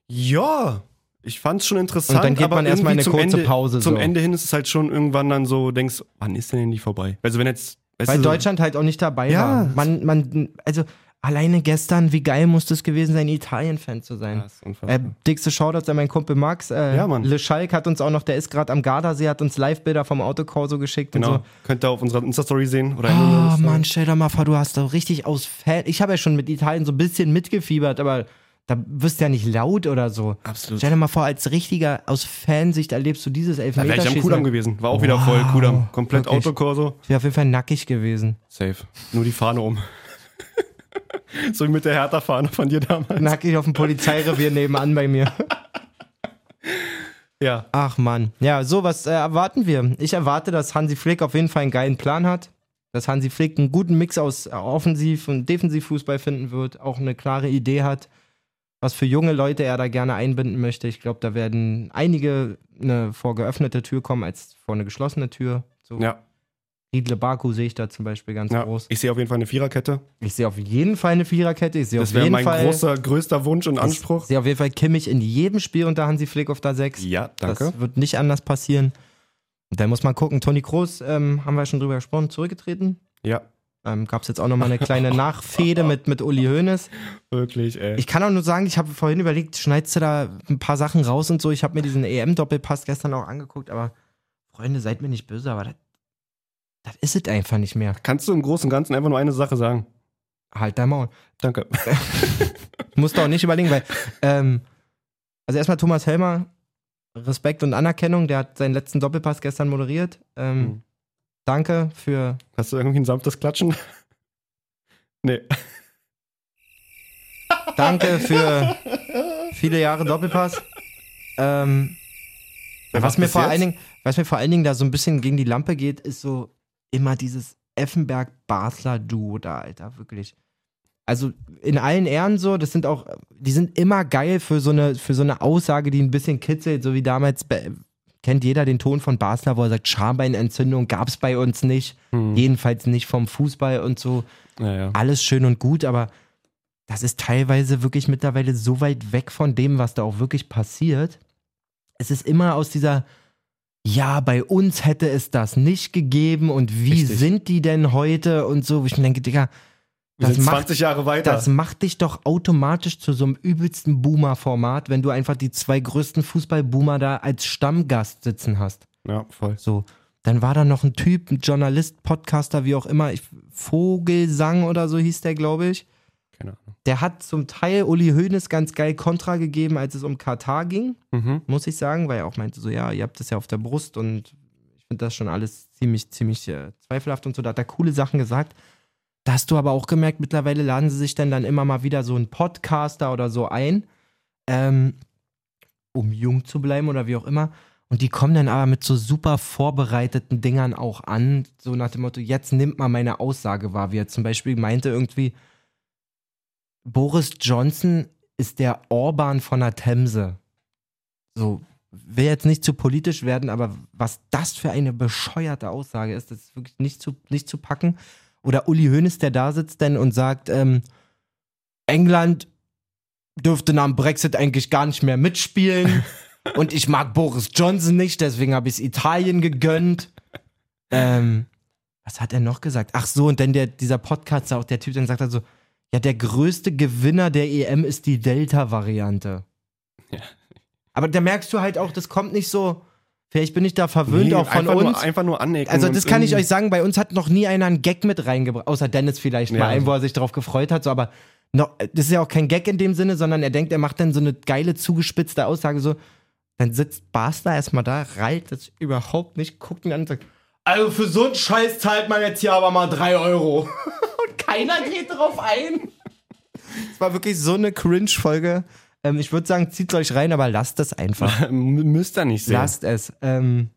Ja, ich fand's schon interessant.
Und dann geht
aber
man erstmal
irgendwie zum
in eine kurze
Ende,
Pause,
Zum
so.
Ende hin ist es halt schon irgendwann dann so, denkst, wann ist denn die vorbei? Also wenn jetzt. weißt
Weil
du, so-
Deutschland halt auch nicht dabei
Ja.
war. Man, man, also alleine gestern, wie geil muss das gewesen sein, Italien-Fan zu sein.
Ja, ist unfassbar.
Äh, dickste Shoutouts an meinen Kumpel Max. Äh,
Ja, Mann.
Le Schalk hat uns auch noch, der ist gerade am Gardasee, hat uns Live-Bilder vom Autokorso geschickt
genau.
und so.
Könnt ihr auf unserer Insta-Story sehen. Oder
Oh
in-
Mann, stell doch mal vor, du hast da richtig aus Fan. Ich habe ja schon mit Italien so ein bisschen mitgefiebert, aber da wirst du ja nicht laut oder so.
Absolut.
Stell dir mal vor, als richtiger aus Fansicht erlebst du dieses
Da wäre ich am
Elfmeterschießen.
Kudamm gewesen. War auch wieder voll
Wow.
Kudamm. Komplett
Wirklich.
Autokorso.
ich wäre auf jeden Fall nackig gewesen.
Safe. Nur die Fahne um. so wie mit der Hertha-Fahne von dir damals.
Nackig auf dem Polizeirevier nebenan bei mir.
Ja.
Ach Mann. Ja, sowas äh, erwarten wir. Ich erwarte, dass Hansi Flick auf jeden Fall einen geilen Plan hat. Dass Hansi Flick einen guten Mix aus äh, Offensiv- und Defensivfußball finden wird, auch eine klare Idee hat, was für junge Leute er da gerne einbinden möchte. Ich glaube, da werden einige eine vor geöffnete Tür kommen als vor eine geschlossene Tür. So
Ja.
Riedle Baku sehe ich da zum Beispiel ganz
ja.
groß.
Ich sehe auf jeden Fall eine Viererkette.
Ich sehe auf jeden Fall eine Viererkette. Ich sehe auf
Das wäre
jeden
mein
Fall.
großer, größter Wunsch und
Ich
Anspruch.
sehe auf jeden Fall Kimmich in jedem Spiel unter Hansi Flick auf der 6.
Ja, danke.
Das wird nicht anders passieren. Und dann muss man gucken. Toni Kroos, ähm, haben wir schon drüber gesprochen, zurückgetreten.
Ja,
Ähm, Gab es jetzt auch nochmal eine kleine Nachfehde mit, mit Uli Hoeneß.
wirklich, ey.
Ich kann auch nur sagen, ich habe vorhin überlegt, schneidest du da ein paar Sachen raus und so. Ich habe mir diesen EM-Doppelpass gestern auch angeguckt, aber Freunde, seid mir nicht böse, aber das, das ist es einfach nicht mehr.
Kannst du im Großen und Ganzen einfach nur eine Sache sagen?
Halt dein Maul.
Danke.
Musst du auch nicht überlegen, weil, ähm, also erstmal Thomas Helmer, Respekt und Anerkennung, der hat seinen letzten Doppelpass gestern moderiert. Ähm,
Mhm.
Danke für
Hast du irgendwie ein sanftes Klatschen? Nee.
Danke für viele Jahre Doppelpass. Ähm,
Wer macht
was, mir
das
vor
jetzt?
allen Dingen, was mir vor allen Dingen da so ein bisschen gegen die Lampe geht, ist so immer dieses Effenberg-Basler-Duo da, Alter, wirklich. also in allen Ehren so, das sind auch, die sind immer geil für so eine, für so eine Aussage, die ein bisschen kitzelt, so wie damals, bei- kennt jeder den Ton von Basler, wo er sagt, Schambeinentzündung gab's bei uns nicht, jedenfalls nicht vom Fußball und so.
Ja, ja.
Alles schön und gut, aber das ist teilweise wirklich mittlerweile so weit weg von dem, was da auch wirklich passiert. Es ist immer aus dieser, ja, bei uns hätte es das nicht gegeben und wie
Richtig.
sind die denn heute und so, wo ich mir denke, Digga,
Wir
das
sind
macht-
20 Jahre weiter.
das macht dich doch automatisch zu so einem übelsten Boomer-Format, wenn du einfach die zwei größten Fußball-Boomer da als Stammgast sitzen hast.
ja, voll.
So, dann war da noch ein Typ, ein Journalist, Podcaster, wie auch immer, ich, Vogelsang oder so hieß der, glaube ich.
Keine Ahnung.
Der hat zum Teil Uli Hoeneß ganz geil Kontra gegeben, als es um Katar ging,
Mhm.
muss ich sagen, weil er auch meinte, so ja, ihr habt das ja auf der Brust und ich finde das schon alles ziemlich, ziemlich äh, zweifelhaft und so. Da hat er coole Sachen gesagt. Da hast du aber auch gemerkt, mittlerweile laden sie sich dann, dann immer mal wieder so einen Podcaster oder so ein, ähm, um jung zu bleiben oder wie auch immer. Und die kommen dann aber mit so super vorbereiteten Dingern auch an, so nach dem Motto, jetzt nimmt mal meine Aussage wahr, wie er zum Beispiel meinte irgendwie, Boris Johnson ist der Orban von der Themse. So, will jetzt nicht zu politisch werden, aber was das für eine bescheuerte Aussage ist, das ist wirklich nicht zu, nicht zu packen. Oder Uli Hoeneß, der da sitzt denn und sagt, ähm, England dürfte nach dem Brexit eigentlich gar nicht mehr mitspielen. und ich mag Boris Johnson nicht, deswegen habe ich es Italien gegönnt. Ähm, was hat er noch gesagt? Ach so, und dann der, dieser Podcaster, auch der Typ, dann sagt er so, ja, der größte Gewinner der EM ist die Delta-Variante.
Ja.
Aber da merkst du halt auch, das kommt nicht so, vielleicht bin ich da verwöhnt
Nee,
auch von
einfach
uns.
Nur, einfach nur anecken.
Also
und
das kann ich
irgendwie-
euch sagen, bei uns hat noch nie einer einen Gag mit reingebracht, außer Dennis vielleicht
Ja.
mal einen, wo er sich drauf gefreut hat, so, aber noch, das ist ja auch kein Gag in dem Sinne, sondern er denkt, er macht dann so eine geile, zugespitzte Aussage, so, dann sitzt Basler erstmal da, reilt das überhaupt nicht, guckt ihn an und sagt, also für so einen Scheiß zahlt man jetzt hier aber mal drei Euro. und keiner geht drauf ein. Es war wirklich so eine Cringe-Folge. Ähm, ich würde sagen, zieht's euch rein, aber lasst das einfach.
M- Müsst ihr nicht sehen.
Lasst es. Ähm,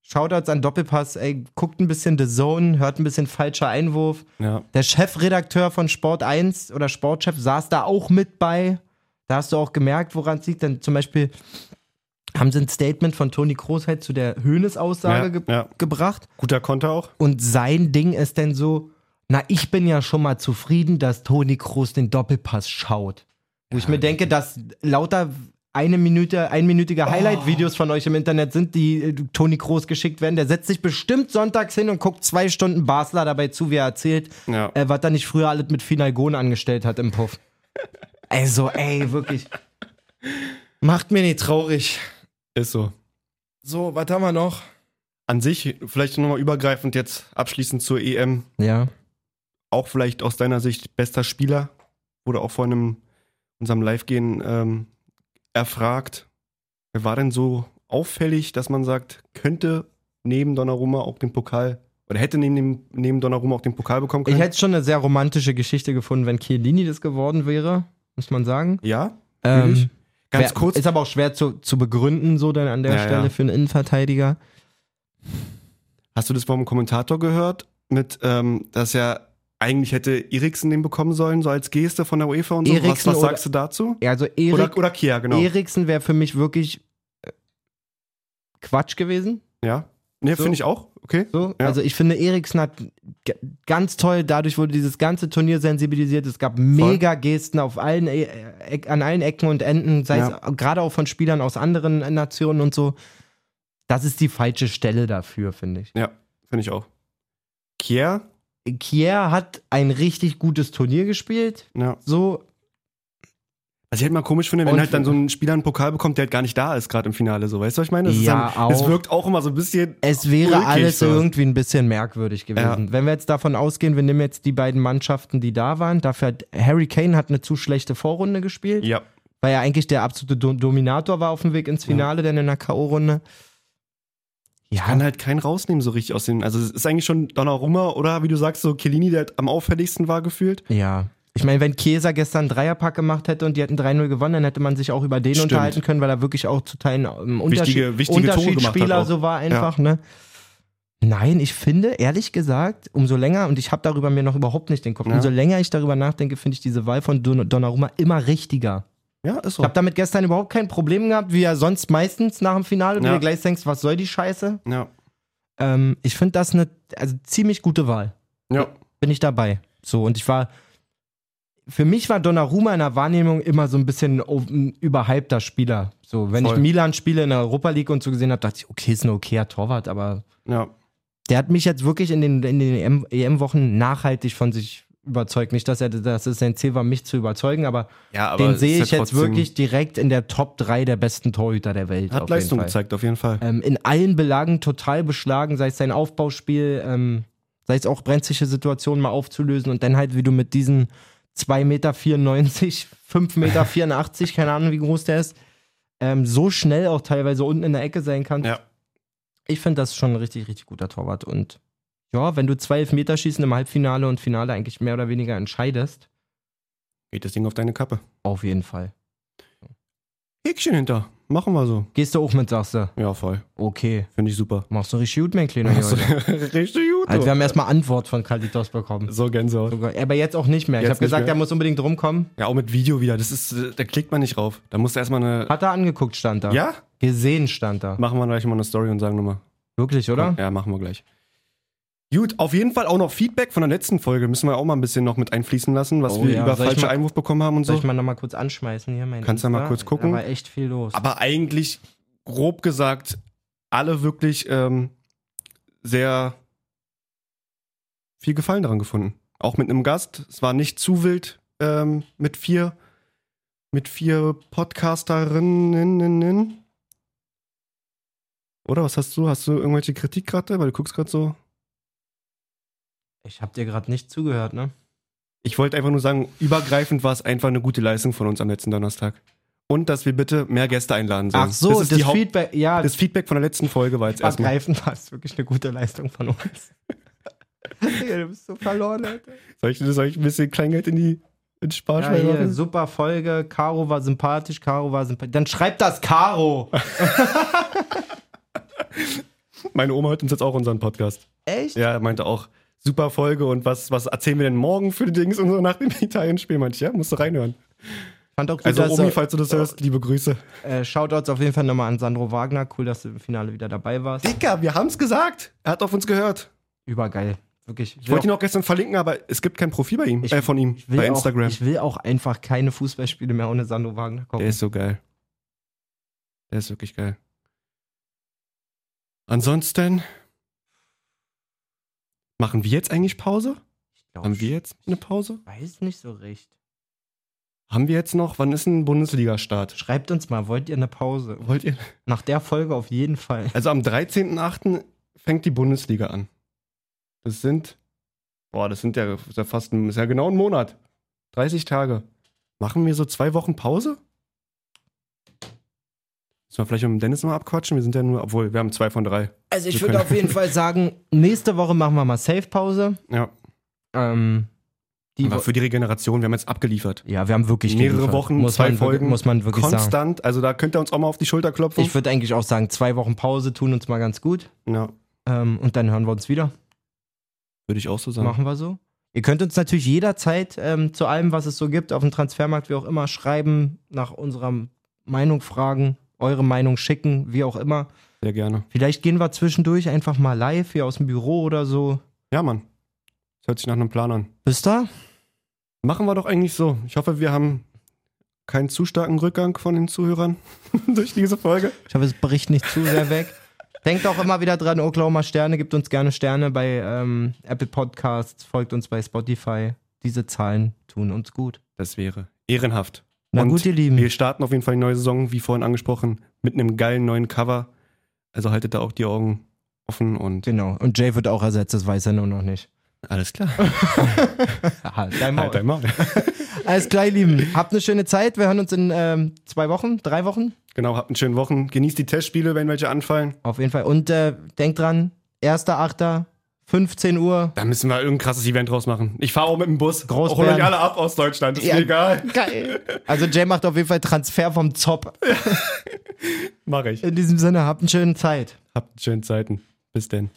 Shoutouts an Doppelpass. Ey, guckt ein bisschen The Zone, hört ein bisschen falscher Einwurf.
Ja.
Der Chefredakteur von Sport 1 oder Sportchef saß da auch mit bei. Da hast du auch gemerkt, woran es liegt. Denn zum Beispiel haben sie ein Statement von Toni Kroos halt zu der Höhnes-Aussage
Ja,
ge
ja.
gebracht.
Guter Konter auch.
Und sein Ding ist denn so, na, ich bin ja schon mal zufrieden, dass Toni Kroos den Doppelpass schaut. Wo ich mir denke, dass lauter eine Minute, einminütige Highlight-Videos von euch im Internet sind, die äh, Toni Kroos geschickt werden. Der setzt sich bestimmt sonntags hin und guckt zwei Stunden Basler dabei zu, wie er erzählt,
Ja.
äh, was er nicht früher alles mit Finalgon angestellt hat im Puff. Also, ey, wirklich. Macht mir nicht traurig.
Ist so.
So, was haben wir noch?
An sich, vielleicht nochmal übergreifend jetzt abschließend zur EM.
Ja.
Auch vielleicht aus deiner Sicht bester Spieler. Wurde auch vor einem, unserem Live-Gehen ähm, erfragt. Wer war denn so auffällig, dass man sagt, könnte neben Donnarumma auch den Pokal oder hätte neben, dem, neben Donnarumma auch den Pokal bekommen
Ich
können?
hätte schon eine sehr romantische Geschichte gefunden, wenn Chiellini das geworden wäre, muss man sagen.
ja, Natürlich.
Ähm,
ganz
wär-
kurz.
Ist aber auch schwer zu, zu begründen, so dann an der
Ja,
Stelle
ja.
für einen Innenverteidiger.
Hast du das vom Kommentator gehört? Mit, ähm, dass ja eigentlich hätte Eriksen den bekommen sollen, so als Geste von der UEFA und so. Was,
Eriksen
was
oder-
sagst du dazu?
Ja, Also Erik,
oder, oder Kia, genau.
Eriksen wäre für mich wirklich äh, Quatsch gewesen.
ja. Ne,
So.
finde ich auch. Okay.
So.
Ja.
Also ich finde, Eriksen hat g- ganz toll, dadurch wurde dieses ganze Turnier sensibilisiert. Es gab mega Gesten auf allen, E- Eck- an allen Ecken und Enden, sei
Ja.
es gerade auch von Spielern aus anderen äh, Nationen und so. Das ist die falsche Stelle dafür, finde ich.
Ja, finde ich auch. Kia?
Kier hat ein richtig gutes Turnier gespielt.
Ja.
So,
Was ich halt mal komisch finde, wenn
Und-
halt dann so ein Spieler einen Pokal bekommt, der halt gar nicht da ist, gerade im Finale. So, weißt du, was ich meine? Das, ist
Ja,
dann, das
auch.
wirkt auch immer so ein bisschen.
es wäre
Ulkig,
alles
so.
irgendwie ein bisschen merkwürdig gewesen. Wenn wir jetzt davon ausgehen, wir nehmen jetzt die beiden Mannschaften, die da waren. Dafür hat Harry Kane hat eine zu schlechte Vorrunde gespielt,
Ja.
weil er eigentlich der absolute Do Dominator war auf dem Weg ins Finale, denn in der K.O.-Runde.
Kann
Ja,
halt keinen rausnehmen, so richtig aus dem. Also, es ist eigentlich schon Donnarumma oder, wie du sagst, so Chiellini, der halt am auffälligsten war, gefühlt.
ja. Ich meine, wenn Chiesa gestern einen Dreierpack gemacht hätte und die hätten 3-0 gewonnen, dann hätte man sich auch über den
Stimmt.
unterhalten können, weil er wirklich auch zu Teilen ähm, äh,
wichtige Tore
Unterschied,
gemacht hat
Unterschiedsspieler
auch.
so war einfach, ne? Nein, ich finde, ehrlich gesagt, umso länger, und ich habe darüber mir noch überhaupt nicht den Kopf,
Ja.
umso länger ich darüber nachdenke, finde ich diese Wahl von Don Donnarumma immer richtiger.
Ja, ist so.
Ich habe damit gestern überhaupt kein Problem gehabt, wie er sonst meistens nach dem Finale, wo
Ja.
du gleich denkst, was soll die Scheiße?
Ja.
Ähm, ich finde das eine also, ziemlich gute Wahl.
Ja.
Bin ich dabei. So, und ich war. Für mich war Donnarumma in der Wahrnehmung immer so ein bisschen o- ein überhypter Spieler. So, wenn
Voll.
ich Milan spiele in der Europa League und so gesehen habe, dachte ich, okay, ist ein okayer Torwart, aber
Ja.
der hat mich jetzt wirklich in den, in den E EM EM-Wochen nachhaltig von sich überzeugt. Nicht, dass er dass es sein Ziel war, mich zu überzeugen, aber,
Ja, aber
den sehe
ist
ich
ja
jetzt
trotzdem-
wirklich direkt in der Top 3 der besten Torhüter der Welt.
Hat
auf
Leistung
jeden Fall.
gezeigt, auf jeden Fall.
Ähm, in allen Belagen total beschlagen, sei es sein Aufbauspiel, ähm, sei es auch brenzliche Situationen mal aufzulösen und dann halt, wie du mit diesen 2,94 Meter, 5,84 Meter, keine Ahnung, wie groß der ist, ähm, so schnell auch teilweise unten in der Ecke sein kannst.
Ja.
Ich finde das ist schon ein richtig, richtig guter Torwart. Und ja, wenn du zwei Elfmeter schießen im Halbfinale und Finale eigentlich mehr oder weniger entscheidest,
Geht das Ding auf deine Kappe.
auf jeden Fall.
Häkchen hinter. Machen wir so.
Gehst du auch mit, sagst du,
Ja, voll.
okay,
Finde ich super.
machst du richtig gut, mein Kleiner.
Hast du-
Junge.
Richtig gut.
Also
du.
wir haben erstmal Antwort von Kalitos bekommen.
so Gänsehaut.
Sogar- Oh Aber jetzt auch nicht mehr. ich
Jetzt
habe gesagt,
nicht mehr.
er muss unbedingt rumkommen.
Ja, auch mit Video wieder. Das ist, äh, da klickt man nicht rauf. Da musst du erstmal eine.
Hat er angeguckt, stand da.
Ja?
Gesehen stand da.
Machen wir gleich mal eine Story und sagen nochmal.
Wirklich, oder?
Ja, machen wir gleich. Gut, auf jeden Fall auch noch Feedback von der letzten Folge. Müssen wir auch mal ein bisschen noch mit einfließen lassen, was
Oh
wir
ja,
über
soll ich
falsche
mal-
Einwurf bekommen haben und
Soll
so.
ich mal nochmal kurz anschmeißen hier? Mein
Kannst du
Insta?
mal kurz gucken?
Da war echt viel los.
Aber eigentlich, grob gesagt, alle wirklich ähm, sehr viel Gefallen daran gefunden. Auch mit einem Gast. Es war nicht zu wild ähm, mit vier, mit vier Podcasterinnen. Oder was hast du? Hast du irgendwelche Kritik gerade? Weil du guckst gerade so.
ich habe dir gerade nicht zugehört, ne?
Ich wollte einfach nur sagen, übergreifend war es einfach eine gute Leistung von uns am letzten Donnerstag. Und dass wir bitte mehr Gäste einladen sollen.
Ach so, das,
ist die Haupt-
Feedback. Ja,
das Feedback von der letzten Folge war jetzt erstmal.
ergreifend war es wirklich eine gute Leistung von uns. Digga, du bist so verloren, Alter.
Soll ich, soll ich ein bisschen Kleingeld in die in
Ja,
Sparschwein
hier,
machen?
super Folge. Caro war sympathisch, Caro war sympathisch. Dann schreib das Caro!
Meine Oma hört uns jetzt auch unseren Podcast.
Echt?
Ja, er meinte auch, super Folge und was, was erzählen wir denn morgen für die Dings und so nach dem Italien-Spiel? Meinte ich, ja, musst du reinhören.
Fand auch gut,
Also
dass
Omi,
er-
falls du das hörst, liebe Grüße.
Äh, Shoutouts auf jeden Fall nochmal an Sandro Wagner. Cool, dass du im Finale wieder dabei warst.
Dicker, wir haben's gesagt. Er hat auf uns gehört.
Übergeil. Wirklich.
Ich wollte ihn auch gestern verlinken, aber es gibt kein Profil bei ihm,
Ich-
äh, von ihm,
ich will
bei
auch-
Instagram.
Ich will auch einfach keine Fußballspiele mehr ohne Sandro Wagner gucken.
Der ist so geil. Der ist wirklich geil. Ansonsten machen wir jetzt eigentlich Pause?
Glaub
Haben wir
ich
jetzt eine Pause?
Weiß nicht so recht.
Haben wir jetzt noch, wann ist ein Bundesliga-Start?
Schreibt uns mal, wollt ihr eine Pause?
Wollt ihr?
Nach der Folge auf jeden Fall.
Also am 13.8. fängt die Bundesliga an. Das sind, boah, das sind ja, ist ja fast ein, ist ja genau ein Monat. 30 Tage. Machen wir so zwei Wochen Pause? Müssen wir vielleicht mit dem Dennis mal abquatschen? Wir sind ja nur, obwohl, wir haben zwei von drei.
Also
Wir können-
jeden Fall sagen, nächste Woche machen wir mal Safe-Pause.
Ja.
Ähm, die
Aber
Wo-
für die Regeneration, wir haben jetzt abgeliefert.
ja, wir haben wirklich
mehrere
geliefert.
Wochen,
muss
zwei
man, wirklich-
Folgen,
Muss man wirklich sagen.
Konstant, also da könnt ihr uns auch mal auf die Schulter klopfen.
Ich würde eigentlich auch sagen, zwei Wochen Pause tun uns mal ganz gut.
ja,
Ähm, und dann hören wir uns wieder.
würde ich auch so sagen.
Machen wir so. Ihr könnt uns natürlich jederzeit ähm, zu allem, was es so gibt, auf dem Transfermarkt, wie auch immer, schreiben, nach unserer Meinung fragen, eure Meinung schicken, wie auch immer.
Sehr gerne.
Vielleicht gehen wir zwischendurch einfach mal live hier aus dem Büro oder so.
Ja, Mann. Das hört sich nach einem Plan an.
Bist du?
Machen wir doch eigentlich so. Ich hoffe, wir haben keinen zu starken Rückgang von den Zuhörern durch diese Folge.
Ich hoffe, es bricht nicht zu sehr weg. Denkt auch immer wieder dran, Oklahoma Sterne, gibt uns gerne Sterne bei ähm, Apple Podcasts, folgt uns bei Spotify. Diese Zahlen tun uns gut.
Das wäre ehrenhaft.
Na
Und
gut, ihr Lieben.
Wir starten auf jeden Fall die neue Saison, wie vorhin angesprochen, mit einem geilen neuen Cover. Also haltet da auch die Augen offen und
Genau. Und Jay wird auch ersetzt, das weiß er nur noch nicht.
alles klar.
Aha, dein Maul.
Halt einmal.
Alles klar, ihr Lieben. Äh, Habt eine schöne Zeit. Wir hören uns in ähm, zwei Wochen, drei Wochen.
Genau, habt einen schönen Wochen. Genießt die Testspiele, wenn welche anfallen.
Auf jeden Fall. Und äh, denkt dran, 1.8., 15 Uhr.
Da müssen wir irgendein krasses Event draus machen. Ich fahre auch mit dem Bus.
Großbären.
Hol euch alle ab aus Deutschland. Ist
Ja.
mir egal.
Geil. Also Jay macht auf jeden Fall Transfer vom Zop.
Mach ich.
In diesem Sinne, habt eine schöne Zeit.
Habt schöne Zeiten. Bis denn.